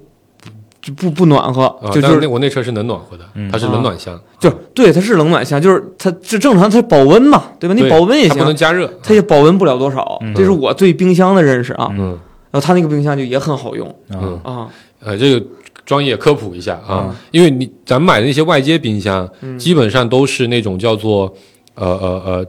C: 就不不暖和
E: 啊，，
C: 就就
E: 但
C: 是啊
E: 那我那车是能暖和的
D: 嗯，
E: 它是冷暖箱，
C: 就是对，它是冷暖箱，就是它这正常它是保温嘛，对吧？你
E: 对
C: 保温也
E: 它不能
C: 行，
E: 加热，
C: 它也保温不了多少
D: 嗯，
C: 这是我对冰箱的认识啊。
E: 嗯
C: 然后它那个冰箱就也很好用
D: 啊
E: 嗯，
C: 啊，
E: 呃，这个专业科普一下
C: 嗯
E: 啊，因为你咱买的那些外接冰箱，基本上都是那种叫做呃呃呃，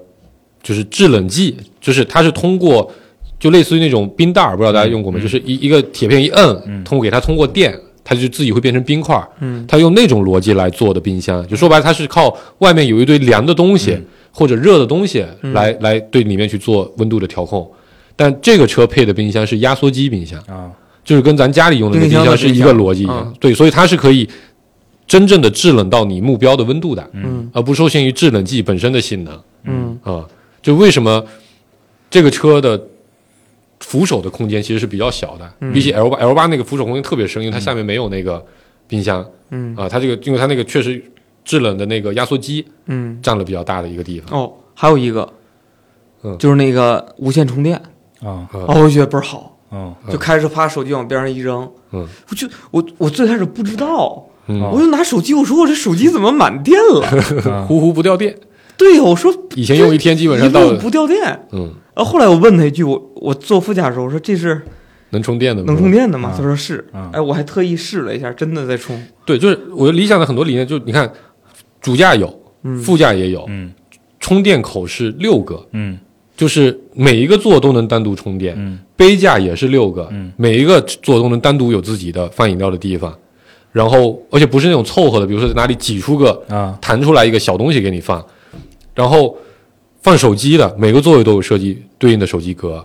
E: 就是制冷剂，就是它是通过就类似于那种冰袋儿，不知道大家用过
C: 嗯
E: 没？就是一一个铁片一摁，通过给它通过电。它就自己会变成冰块儿，
C: 嗯
E: 它用那种逻辑来做的冰箱，就说白了，它是靠外面有一堆凉的东
C: 嗯
E: 西、或者热的东西来、来对里面去做温度的调控。但这个车配的冰箱是压缩机冰箱，
D: 啊
E: 就是跟咱家里用的那个
C: 冰箱的
E: 是一个逻辑一样。
C: 嗯
E: 对，所以它是可以真正的制冷到你目标的温度的，
C: 嗯
E: 而不受限于制冷剂本身的性能啊、
C: 嗯
E: 就为什么这个车的扶手的空间其实是比较小的，
C: 嗯
E: 比起 L 八 L 八那个扶手空间特别深，因为它下面没有那个冰箱
C: 嗯
E: 啊、它这个因为它那个确实制冷的那个压缩机
C: 嗯
E: 占了比较大的一个地方。
C: 哦，还有一个
E: 嗯
C: 就是那个无线充电，
D: 啊
E: 嗯
C: 哦，我觉得倍儿好。
D: 啊
E: 嗯
C: 就开着啪手机往边上一扔，
E: 嗯，
C: 我就我我最开始不知道，
E: 嗯
C: 我就拿手机，我说我这手机怎么满电 了？
E: 呼呼不掉电，
C: 对呀，我说
E: 以前用一天基本上
C: 一
E: 到
C: 路不掉电。
E: 嗯
C: 然后后来我问他一句，我我坐副驾的时候，我说这是
E: 能充电的吗
C: 能充电的吗
E: 嗯
D: 啊？
C: 他说是
D: 啊。
C: 哎，我还特意试了一下，真的在充。
E: 对，就是我觉得理想的很多理念，就是你看，主驾有，副驾也有，
D: 嗯
E: 充电口是六个，
D: 嗯
E: 就是每一个座都能单独充电，
D: 嗯
E: 杯架也是六个，
D: 嗯
E: 每一个座都能单独有自己的放饮料的地方，然后而且不是那种凑合的，比如说在哪里挤出个
D: 啊
E: 弹出来一个小东西给你放，然后放手机的，每个座位都有设计对应的手机壳，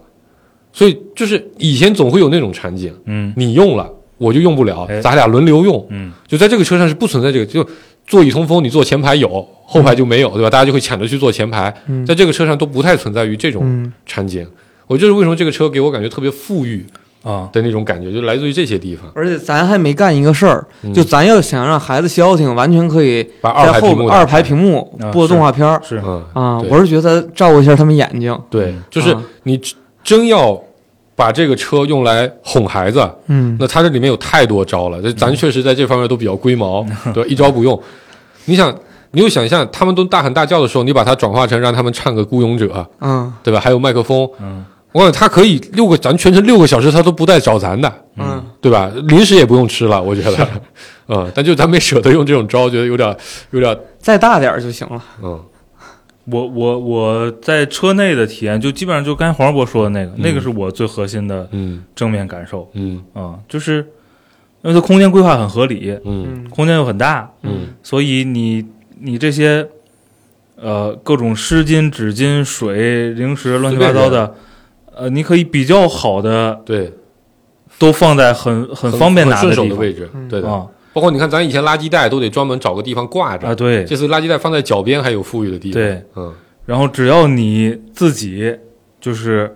E: 所以就是以前总会有那种场景，
D: 嗯
E: 你用了我就用不了
D: 哎，
E: 咱俩轮流用，
D: 嗯
E: 就在这个车上是不存在这个，就座椅通风，你坐前排有，后排就没有，对吧？大家就会抢着去坐前排，
C: 嗯
E: 在这个车上都不太存在于这种
C: 嗯
E: 场景。我就是为什么这个车给我感觉特别富裕
D: 啊
E: 的那种感觉，就来自于这些地方。
C: 而且咱还没干一个事儿，就咱要想让孩子消停，完全可以
E: 嗯把二
C: 在
E: 排
C: 后
E: 屏幕打
C: 二排屏幕
D: 啊
C: 播
D: 是
C: 动画片儿
D: 是
E: 嗯
C: 啊。
E: 对
C: 我是觉得照顾一下他们眼睛。
E: 对，就是
C: 啊
E: 你真要把这个车用来哄孩子，
C: 嗯
E: 那它这里面有太多招了，这咱确实在这方面都比较龟毛，
C: 嗯
E: 对，一招不用。你想，你就想象他们都大喊大叫的时候，你把它转化成让他们唱个《孤勇者》，
C: 嗯
E: 对吧？还有麦克风，
D: 嗯
E: 我感觉他可以六个，咱全程六个小时他都不带找咱的，
C: 嗯
E: 对吧？零食也不用吃了，我觉得， 嗯，但就咱没舍得用这种招，觉得有点有点，
C: 再大点儿就行了。
E: 嗯
D: 我我我在车内的体验，就基本上就刚才黄世博说的那个，那个是我最核心的
E: 嗯
D: 正面感受
E: 嗯
D: 啊、就是因为它空间规划很合理，
E: 嗯
C: 嗯
D: 空间又很大，
E: 嗯
D: 所以你你这些呃各种湿巾、纸巾、水、零食、乱七八糟的，呃，你可以比较好的
E: 对，
D: 都放在很很方便拿
E: 顺手
D: 地
E: 的
D: 方
E: 位置，对的。
D: 啊
E: 哦包括你看，咱以前垃圾袋都得专门找个地方挂着，
D: 啊对
E: 这次垃圾袋放在脚边还有富裕的地方，，
D: 对，
E: 嗯，
D: 然后只要你自己就是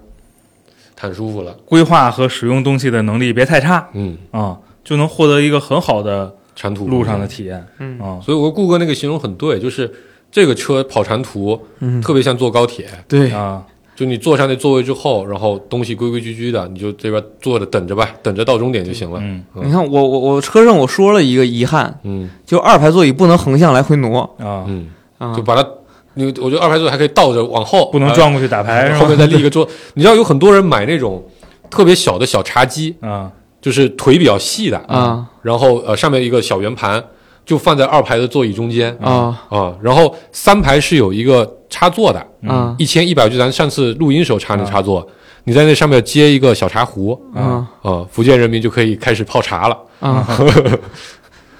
E: 坦舒服了，
D: 规划和使用东西的能力别太差
E: 嗯，
D: 啊，就能获得一个很好的
E: 长途
D: 路上的体验
C: 嗯
D: 啊。
E: 所以我顾哥那个形容很对，就是这个车跑长途
C: 嗯，
E: 特别像坐高铁，
C: 对，
D: 啊，
E: 就你坐上那座位之后，然后东西规规矩矩的，你就这边坐着等着吧，等着到终点就行了。
D: 嗯
E: 嗯
C: 你看我我我车上我说了一个遗憾，
E: 嗯
C: 就二排座椅不能横向来回挪
D: 啊，
E: 嗯，
C: 啊
E: 就，把它，你我觉得二排座还可以倒着往后，
D: 不能
E: 撞，
D: 转过去打牌是
E: 呃后
D: 吧？
E: 面再立一个桌。你知道有很多人买那种特别小的小茶几，
D: 啊
E: 就是腿比较细的
C: 啊，
E: 然后呃上面一个小圆盘就放在二排的座椅中间
D: 嗯
C: 啊
E: 啊，然后三排是有一个插座的，
D: 嗯
C: 啊
E: 一千一百就咱上次录音时候插那插座，你在那上面接一个小茶壶
D: 嗯
C: 啊
E: 啊，福建人民就可以开始泡茶了。
C: 啊
D: 嗯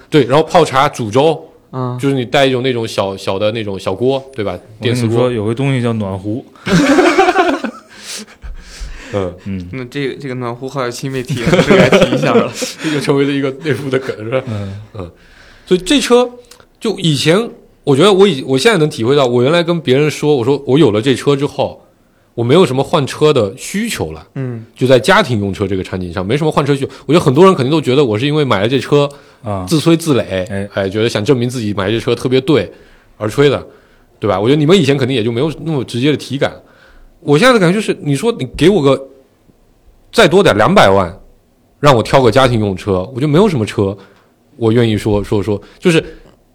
E: 对，然后泡茶煮粥，
C: 啊！
E: 就是你带一种那种小小的那种小锅，对吧？
D: 我跟
E: 电磁
D: 你说，
E: 锅，
D: 有个东西叫 暖壶，
E: 嗯，
D: 嗯
C: 那这个这个暖壶好有新没提，这该 提一下了。
E: 这就成为了一个内部的梗，是吧？
D: 嗯
E: 所以这车就以前，我觉得我以我现在能体会到，我原来跟别人说，我说我有了这车之后，我没有什么换车的需求了，
C: 嗯
E: 就在家庭用车这个场景上，没什么换车需求。我觉得很多人肯定都觉得我是因为买了这车
D: 啊，
E: 自吹自擂，
D: 哎
E: 哎，觉得想证明自己买这车特别对而吹的，对吧？我觉得你们以前肯定也就没有那么直接的体感。我现在的感觉就是，你说你给我个再多点两百万，让我挑个家庭用车，我就没有什么车我愿意说说说，就是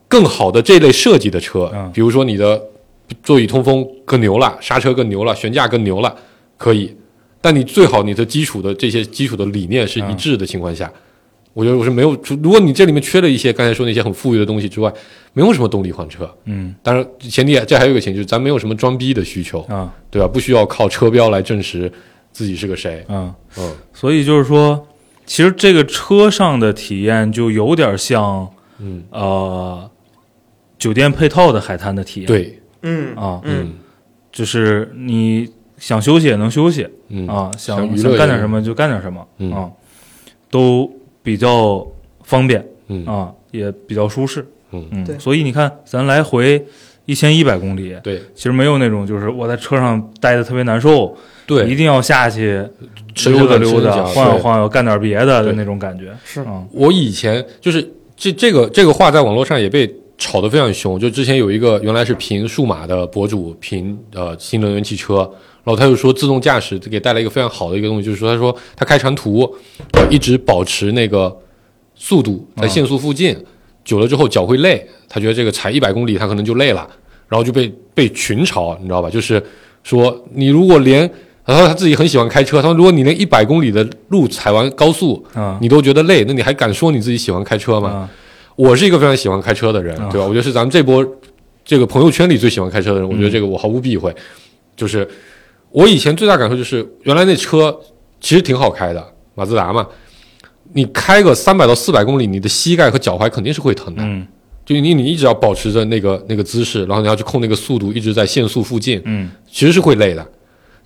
E: 更好的这类设计的车，
D: 嗯
E: 比如说你的座椅通风更牛了，刹车更牛了，悬架更牛了，可以。但你最好你的基础的这些基础的理念是一致的情况下，我觉得我是没有，除如果你这里面缺了一些刚才说那些很富裕的东西之外，没有什么动力换车。
D: 嗯
E: 当然，前提这还有一个前提，就是咱没有什么装逼的需求，
D: 啊
E: 对吧？不需要靠车标来证实自己是个谁。
D: 啊，
E: 嗯
D: 所以就是说，其实这个车上的体验就有点像
E: 嗯，
D: 呃酒店配套的海滩的体验，
E: 对，
C: 嗯
D: 啊，
C: 嗯
D: 就是你想休息也能休息
E: 嗯
D: 啊，想
E: 想娱乐
D: 想
E: 也
D: 干点
E: 能
D: 什么就干点什么
E: 嗯
D: 啊，都比较方便
E: 嗯
D: 啊，也比较舒适，
E: 嗯
C: 对
D: 嗯，所以你看，咱来回一千一百公里。
E: 对
D: 其实没有那种，就是我在车上待的特别难受，
E: 对，
D: 一定要下去
E: 伸
D: 溜达
E: 手
D: 溜
E: 伸
D: 达、
E: 脚
D: 晃悠
E: 对
D: 晃悠、干点别的的
E: 对
D: 那种感觉。
C: 是
D: 嗯
E: 我以前就是这这个这个话在网络上也被炒得非常凶。就之前有一个原来是评数码的博主评呃新能源汽车，然后他就说自动驾驶给带来一个非常好的一个东西，就是说他说他开长途，呃一直保持那个速度在限速附近，久了之后脚会累，他觉得这个才一百公里他可能就累了，然后就被被群嘲，你知道吧？就是说你如果连然后他自己很喜欢开车，他说如果你连一百公里的路踩完高速，
D: 啊，
E: 你都觉得累，那你还敢说你自己喜欢开车吗？
D: 啊
E: 我是一个非常喜欢开车的人，
D: 啊
E: 对吧？我觉得是咱们这波这个朋友圈里最喜欢开车的人，我觉
D: 嗯
E: 得这个我毫无避讳。就是我以前最大感受就是，原来那车其实挺好开的，马自达嘛，你开个三百到四百公里，你的膝盖和脚踝肯定是会疼的。
D: 嗯
E: 就你你一直要保持着那个那个姿势，然后你要去控那个速度，一直在限速附近，
D: 嗯
E: 其实是会累的。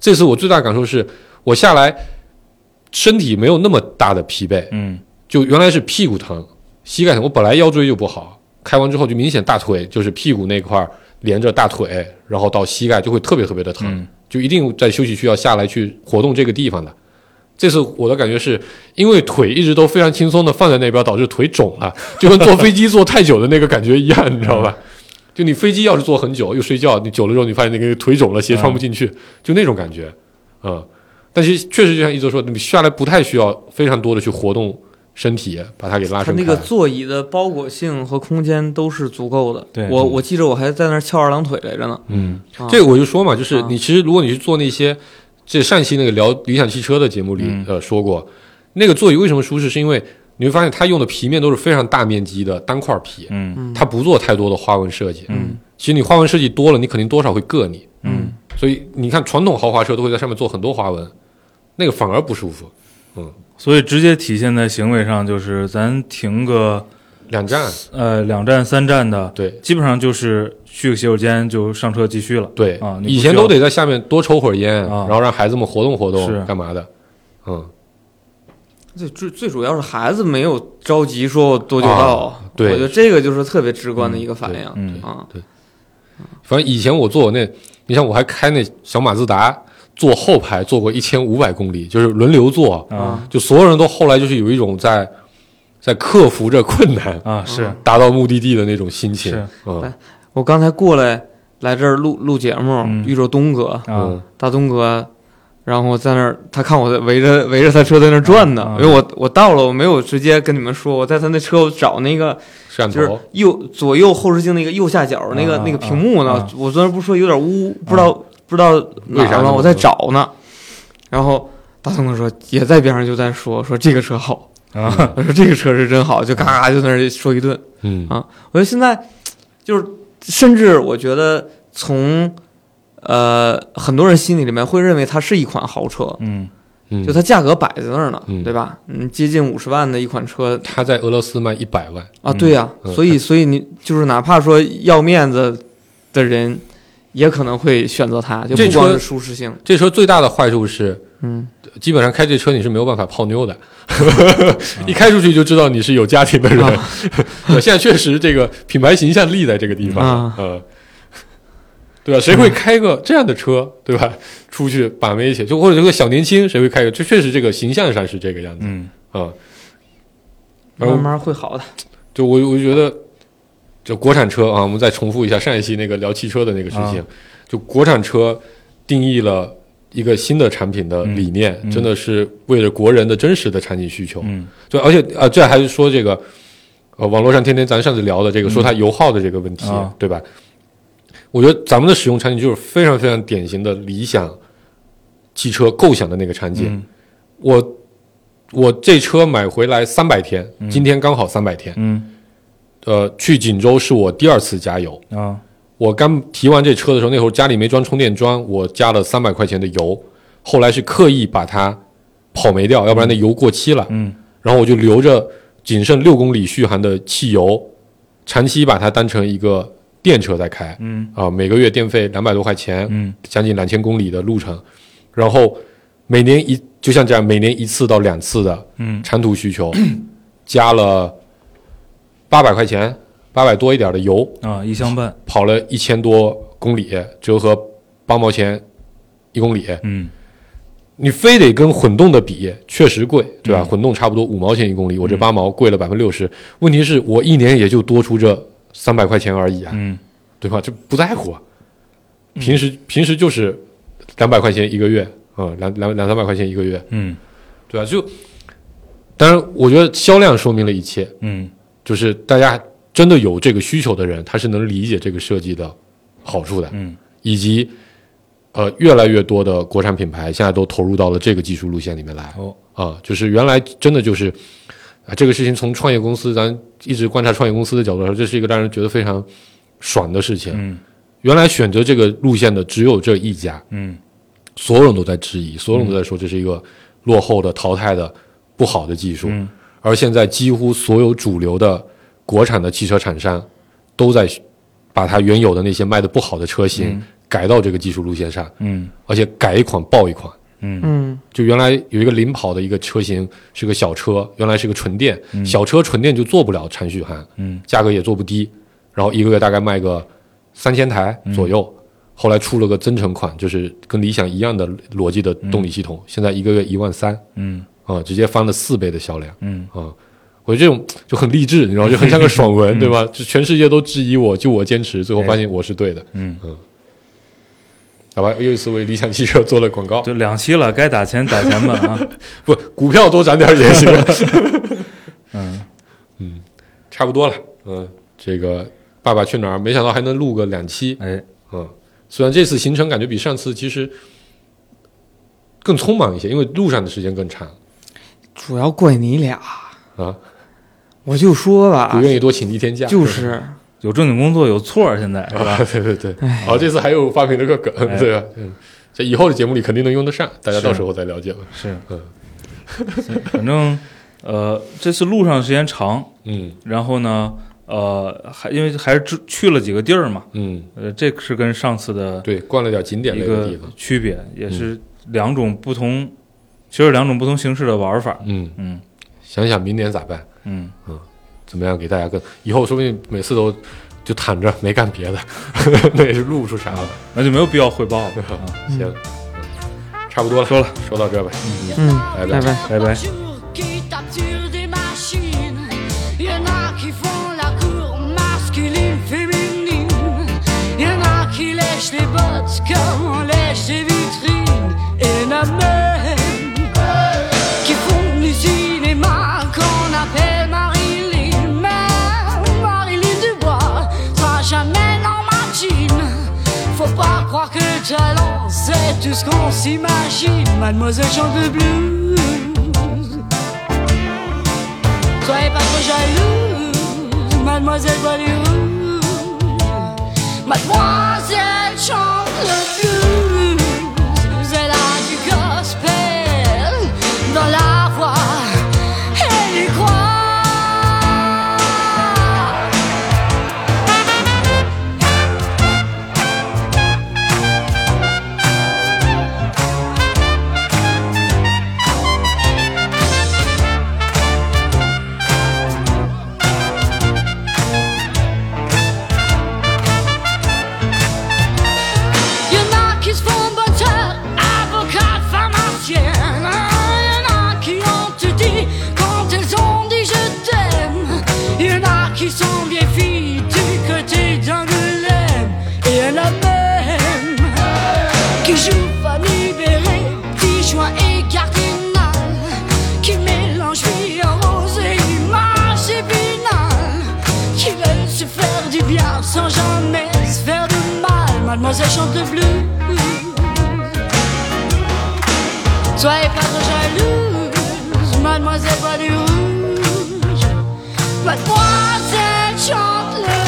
E: 这次我最大感受是我下来身体没有那么大的疲惫，
D: 嗯
E: 就原来是屁股疼、膝盖疼，我本来腰椎就不好，开完之后就明显大腿就是屁股那块儿连着大腿，然后到膝盖就会特别特别的疼，
D: 嗯
E: 就一定在休息区要下来去活动这个地方的。这次我的感觉是因为腿一直都非常轻松的放在那边，导致腿肿了，就跟坐飞机坐太久的那个感觉一样，你知道吧？就你飞机要是坐很久又睡觉，你久了之后你发现那个腿肿了，鞋
C: 嗯
E: 穿不进去，就那种感觉，嗯。但是确实就像一泽说，你下来不太需要非常多的去活动身体，把它给拉
C: 它
E: 伸
C: 那
E: 开。
C: 个座椅的包裹性和空间都是足够的。
D: 对
C: 我
D: 嗯
C: 我记着我还在那儿翘二郎腿来着呢。
E: 嗯
C: 啊，
E: 这个我就说嘛，就是
C: 啊
E: 你其实如果你去做那些，这上期那个聊理想汽车的节目里、
D: 嗯
E: 呃说过，那个座椅为什么舒适，是因为你会发现它用的皮面都是非常大面积的单块皮，
D: 嗯
C: 嗯
E: 它不做太多的花纹设计。
C: 嗯，
E: 其实你花纹设计多了，你肯定多少会硌你。
D: 嗯
E: 所以你看，传统豪华车都会在上面做很多花纹，那个反而不舒服。
D: 所以直接体现在行为上，就是咱停个
E: 两站，
D: 呃两站三站的，
E: 对
D: 基本上就是去个洗手间就上车继续了。
E: 对，
D: 啊你不
E: 以前都得在下面多抽会儿烟，
D: 啊
E: 然后让孩子们活动活动，
D: 是
E: 干嘛的？嗯，
C: 最最最主要是孩子没有着急说我多久
E: 啊
C: 到，
E: 对
C: 我觉得这个就是特别直观的一个反应、
D: 嗯
C: 啊。
E: 反正以前我坐我那，你像我还开那小马自达，坐后排坐过一千五百公里，就是轮流坐，
C: 嗯
D: 啊
E: 就所有人都后来就是有一种在在克服着困难，
D: 啊是
E: 达到目的地的那种心情
D: 是。
E: 嗯
C: 我刚才过来来这儿录录节目，
D: 嗯
C: 遇着东 哥，
D: 啊
E: 嗯
C: 大东哥，然后在那儿，他看我在围着围着他车在那儿转呢，
D: 啊
E: 嗯
D: 啊
C: 因为我我到了，我没有直接跟你们说，我在他那车我找那个
E: 摄像
C: 就是
E: 头，
C: 右左右后视镜那个右下角那
E: 嗯
C: 个、
D: 啊
C: 那个屏幕呢，
D: 啊啊
C: 我昨天不是说有点污，不知道、不知道哪
E: 为
C: 儿
E: 啥那
C: 吗？
E: 么
C: 我在找呢，然后大东东说也在边上就在说说这个车好，
D: 啊，
C: 说这个车是真好，就嘎嘎就在那儿说一顿。
E: 嗯
C: 啊我觉得现在就是，甚至我觉得从呃很多人心里里面会认为它是一款豪车，
D: 嗯，
E: 嗯，
C: 就它价格摆在那儿呢，
E: 嗯
C: 对吧？嗯，接近五十万的一款车
E: 他在俄罗斯卖一百万，
C: 啊，
D: 嗯
C: 对呀、
E: 嗯
C: 所以所以你就是哪怕说要面子的人，也可能会选择它，就
E: 这
C: 不光
E: 车
C: 是舒适性，
E: 这车最大的坏处是，
C: 嗯，
E: 基本上开这车你是没有办法泡 妞的，一开出去就知道你是有家庭的人。
C: 啊
E: 现在确实这个品牌形象立在这个地方，
C: 啊
E: 嗯，对吧？谁会开个这样的车，对吧？出去把妹去，就或者这个小年轻，谁会开个？这确实这个形象上是这个样子，
D: 嗯，
E: 嗯，然后
C: 慢慢会好的。
E: 就我我觉得，就国产车啊，我们再重复一下上一期那个聊汽车的那个事
D: 啊
E: 情，就国产车定义了一个新的产品的理念，
D: 嗯嗯
E: 真的是为了国人的真实的产品需求。
D: 嗯，
E: 对，而且啊、这还是说这个，呃，网络上天天咱上次聊的这个，说它油耗的这个问题，
D: 嗯啊
E: 对吧？我觉得咱们的使用场景就是非常非常典型的理想汽车构想的那个场景。
D: 嗯
E: 我我这车买回来三百天，今天刚好三百天。
D: 嗯，
E: 呃，去锦州是我第二次加油。
D: 啊，
E: 我刚提完这车的时候，那会儿家里没装充电桩，我加了三百块钱的油，后来是刻意把它跑没掉，要不然那油过期了。
D: 嗯，
E: 然后我就留着仅剩六公里续航的汽油，长期把它当成一个电车在开。
D: 嗯，
E: 啊、每个月电费两百多块钱，
D: 嗯，
E: 将近两千公里的路程，然后每年一就像这样，每年一次到两次的
D: 嗯
E: 长途需求，加了八百块钱，八百多一点的油，
D: 啊，一箱半，
E: 跑了一千多公里，折合八毛钱一公里，
D: 嗯，
E: 你非得跟混动的比，确实贵，对吧？混动差不多五毛钱一公里，我这八毛贵了百分之六十。问题是我一年也就多出这三百块钱而已啊，
D: 嗯，
E: 对吧？这不在乎啊，平时平时就是两百块钱一个月，嗯，两两两三百块钱一个月，
D: 嗯，
E: 对吧？就当然，我觉得销量说明了一切，
D: 嗯，
E: 就是大家真的有这个需求的人，他是能理解这个设计的好处的，
D: 嗯，
E: 以及呃越来越多的国产品牌现在都投入到了这个技术路线里面来，
D: 哦，
E: 啊，就是原来真的就是啊这个事情从创业公司，咱一直观察创业公司的角度来说，这是一个让人觉得非常爽的事情。
D: 嗯，
E: 原来选择这个路线的只有这一家，
D: 嗯，
E: 所有人都在质疑，所有人都在说这是一个落后的、淘汰的、不好的技术。
D: 嗯
E: 而现在，几乎所有主流的国产的汽车厂商都在把它原有的那些卖的不好的车型、改到这个技术路线上，
D: 嗯，
E: 而且改一款爆一款。
C: 嗯，
E: 就原来有一个领跑的一个车型是个小车，原来是个纯电，小车纯电就做不了长续航，
D: 嗯，
E: 价格也做不低，然后一个月大概卖个三千台
D: 嗯
E: 左右。后来出了个增程款，就是跟理想一样的逻辑的动力系统，现在一个月一万三
D: 嗯，
E: 啊，直接翻了四倍的销量。
D: 嗯，
E: 啊，我觉得这种就很励志，你知道，就 很像个爽文，
D: 嗯
E: 对吧？就全世界都质疑我，就我坚持，最后发现我是对的。
D: 嗯
E: 好吧，又一次为理想汽车做了广告，
D: 就两期了，该打钱打钱吧啊，
E: 不，股票多涨点儿也行。
D: 嗯
E: 嗯，差不多了。嗯，这个《爸爸去哪儿》没想到还能录个两期。
D: 哎，
E: 嗯，虽然这次行程感觉比上次其实更匆忙一些，因为路上的时间更长
C: 主要怪你俩，
E: 啊，
C: 我就说吧
E: 不，愿意多请一天假。
C: 啊就是哎
D: 有正经工作有错儿，现在是吧
E: 啊，？ 对对对。好，这次还有发明了个梗，对吧？嗯，这以后的节目里肯定能用得上，大家
D: 是
E: 到时候再了解吧。
D: 是，
E: 嗯
D: 反正呃，这次路上时间长，
E: 嗯
D: 然后呢，呃，还因为还是只去了几个地儿嘛，
E: 嗯，
D: 呃，这个是跟上次的
E: 对，逛了点景点
D: 一
E: 类的
D: 个
E: 地方。嗯
D: 区别，也是两种不同，其实两种不同形式的玩法。
E: 嗯，
D: 嗯
E: 想想明年咋办？
D: 嗯，
E: 怎么样给大家更以后说不定每次都就躺着 没干别的，那也是录不出啥了。
D: 那就没有必要汇报了。啊
E: 行，嗯差不多了，说了，说到这吧，
C: 嗯，
E: 拜
C: 拜拜。
D: 拜拜。
B: voitures qui tapent sur des machines. Y en a qui font la cour masculine, féminine. Y en a qui lèchent les bottes comme on lèche les vitrines. Et la même qui font du cinéma qu'on appelle Marilyn. Mais Marilyn Dubois sera jamais normandine. Faut pas croire que le talent c'est c'est tout ce qu'on s'imagine. Mademoiselle chante le blues. Soyez pas trop jalouse, mademoiselle voit les rouges. Mademoiselle chante le blues. Elle a du gospel dans la voix. Elle y croit. Y'en a qui se font botteurs, avocats, pharmaciennes. Y'en a qui ont tout dit quand elles ont dit je t'aime. Y'en a qui sont vieilles filles du côté d'Angoulême. Et y'en a même qui jouent Fanny Béré, Dijoin et Cardinal. Qui mélangent vie en rose et image et finale. Qui veulent se faire du bien sans jamais se faire du mal. Mademoiselle chante le blues. Soyez pas trop jalouse, mademoiselle voit du rouge. Mademoiselle chante le Oh,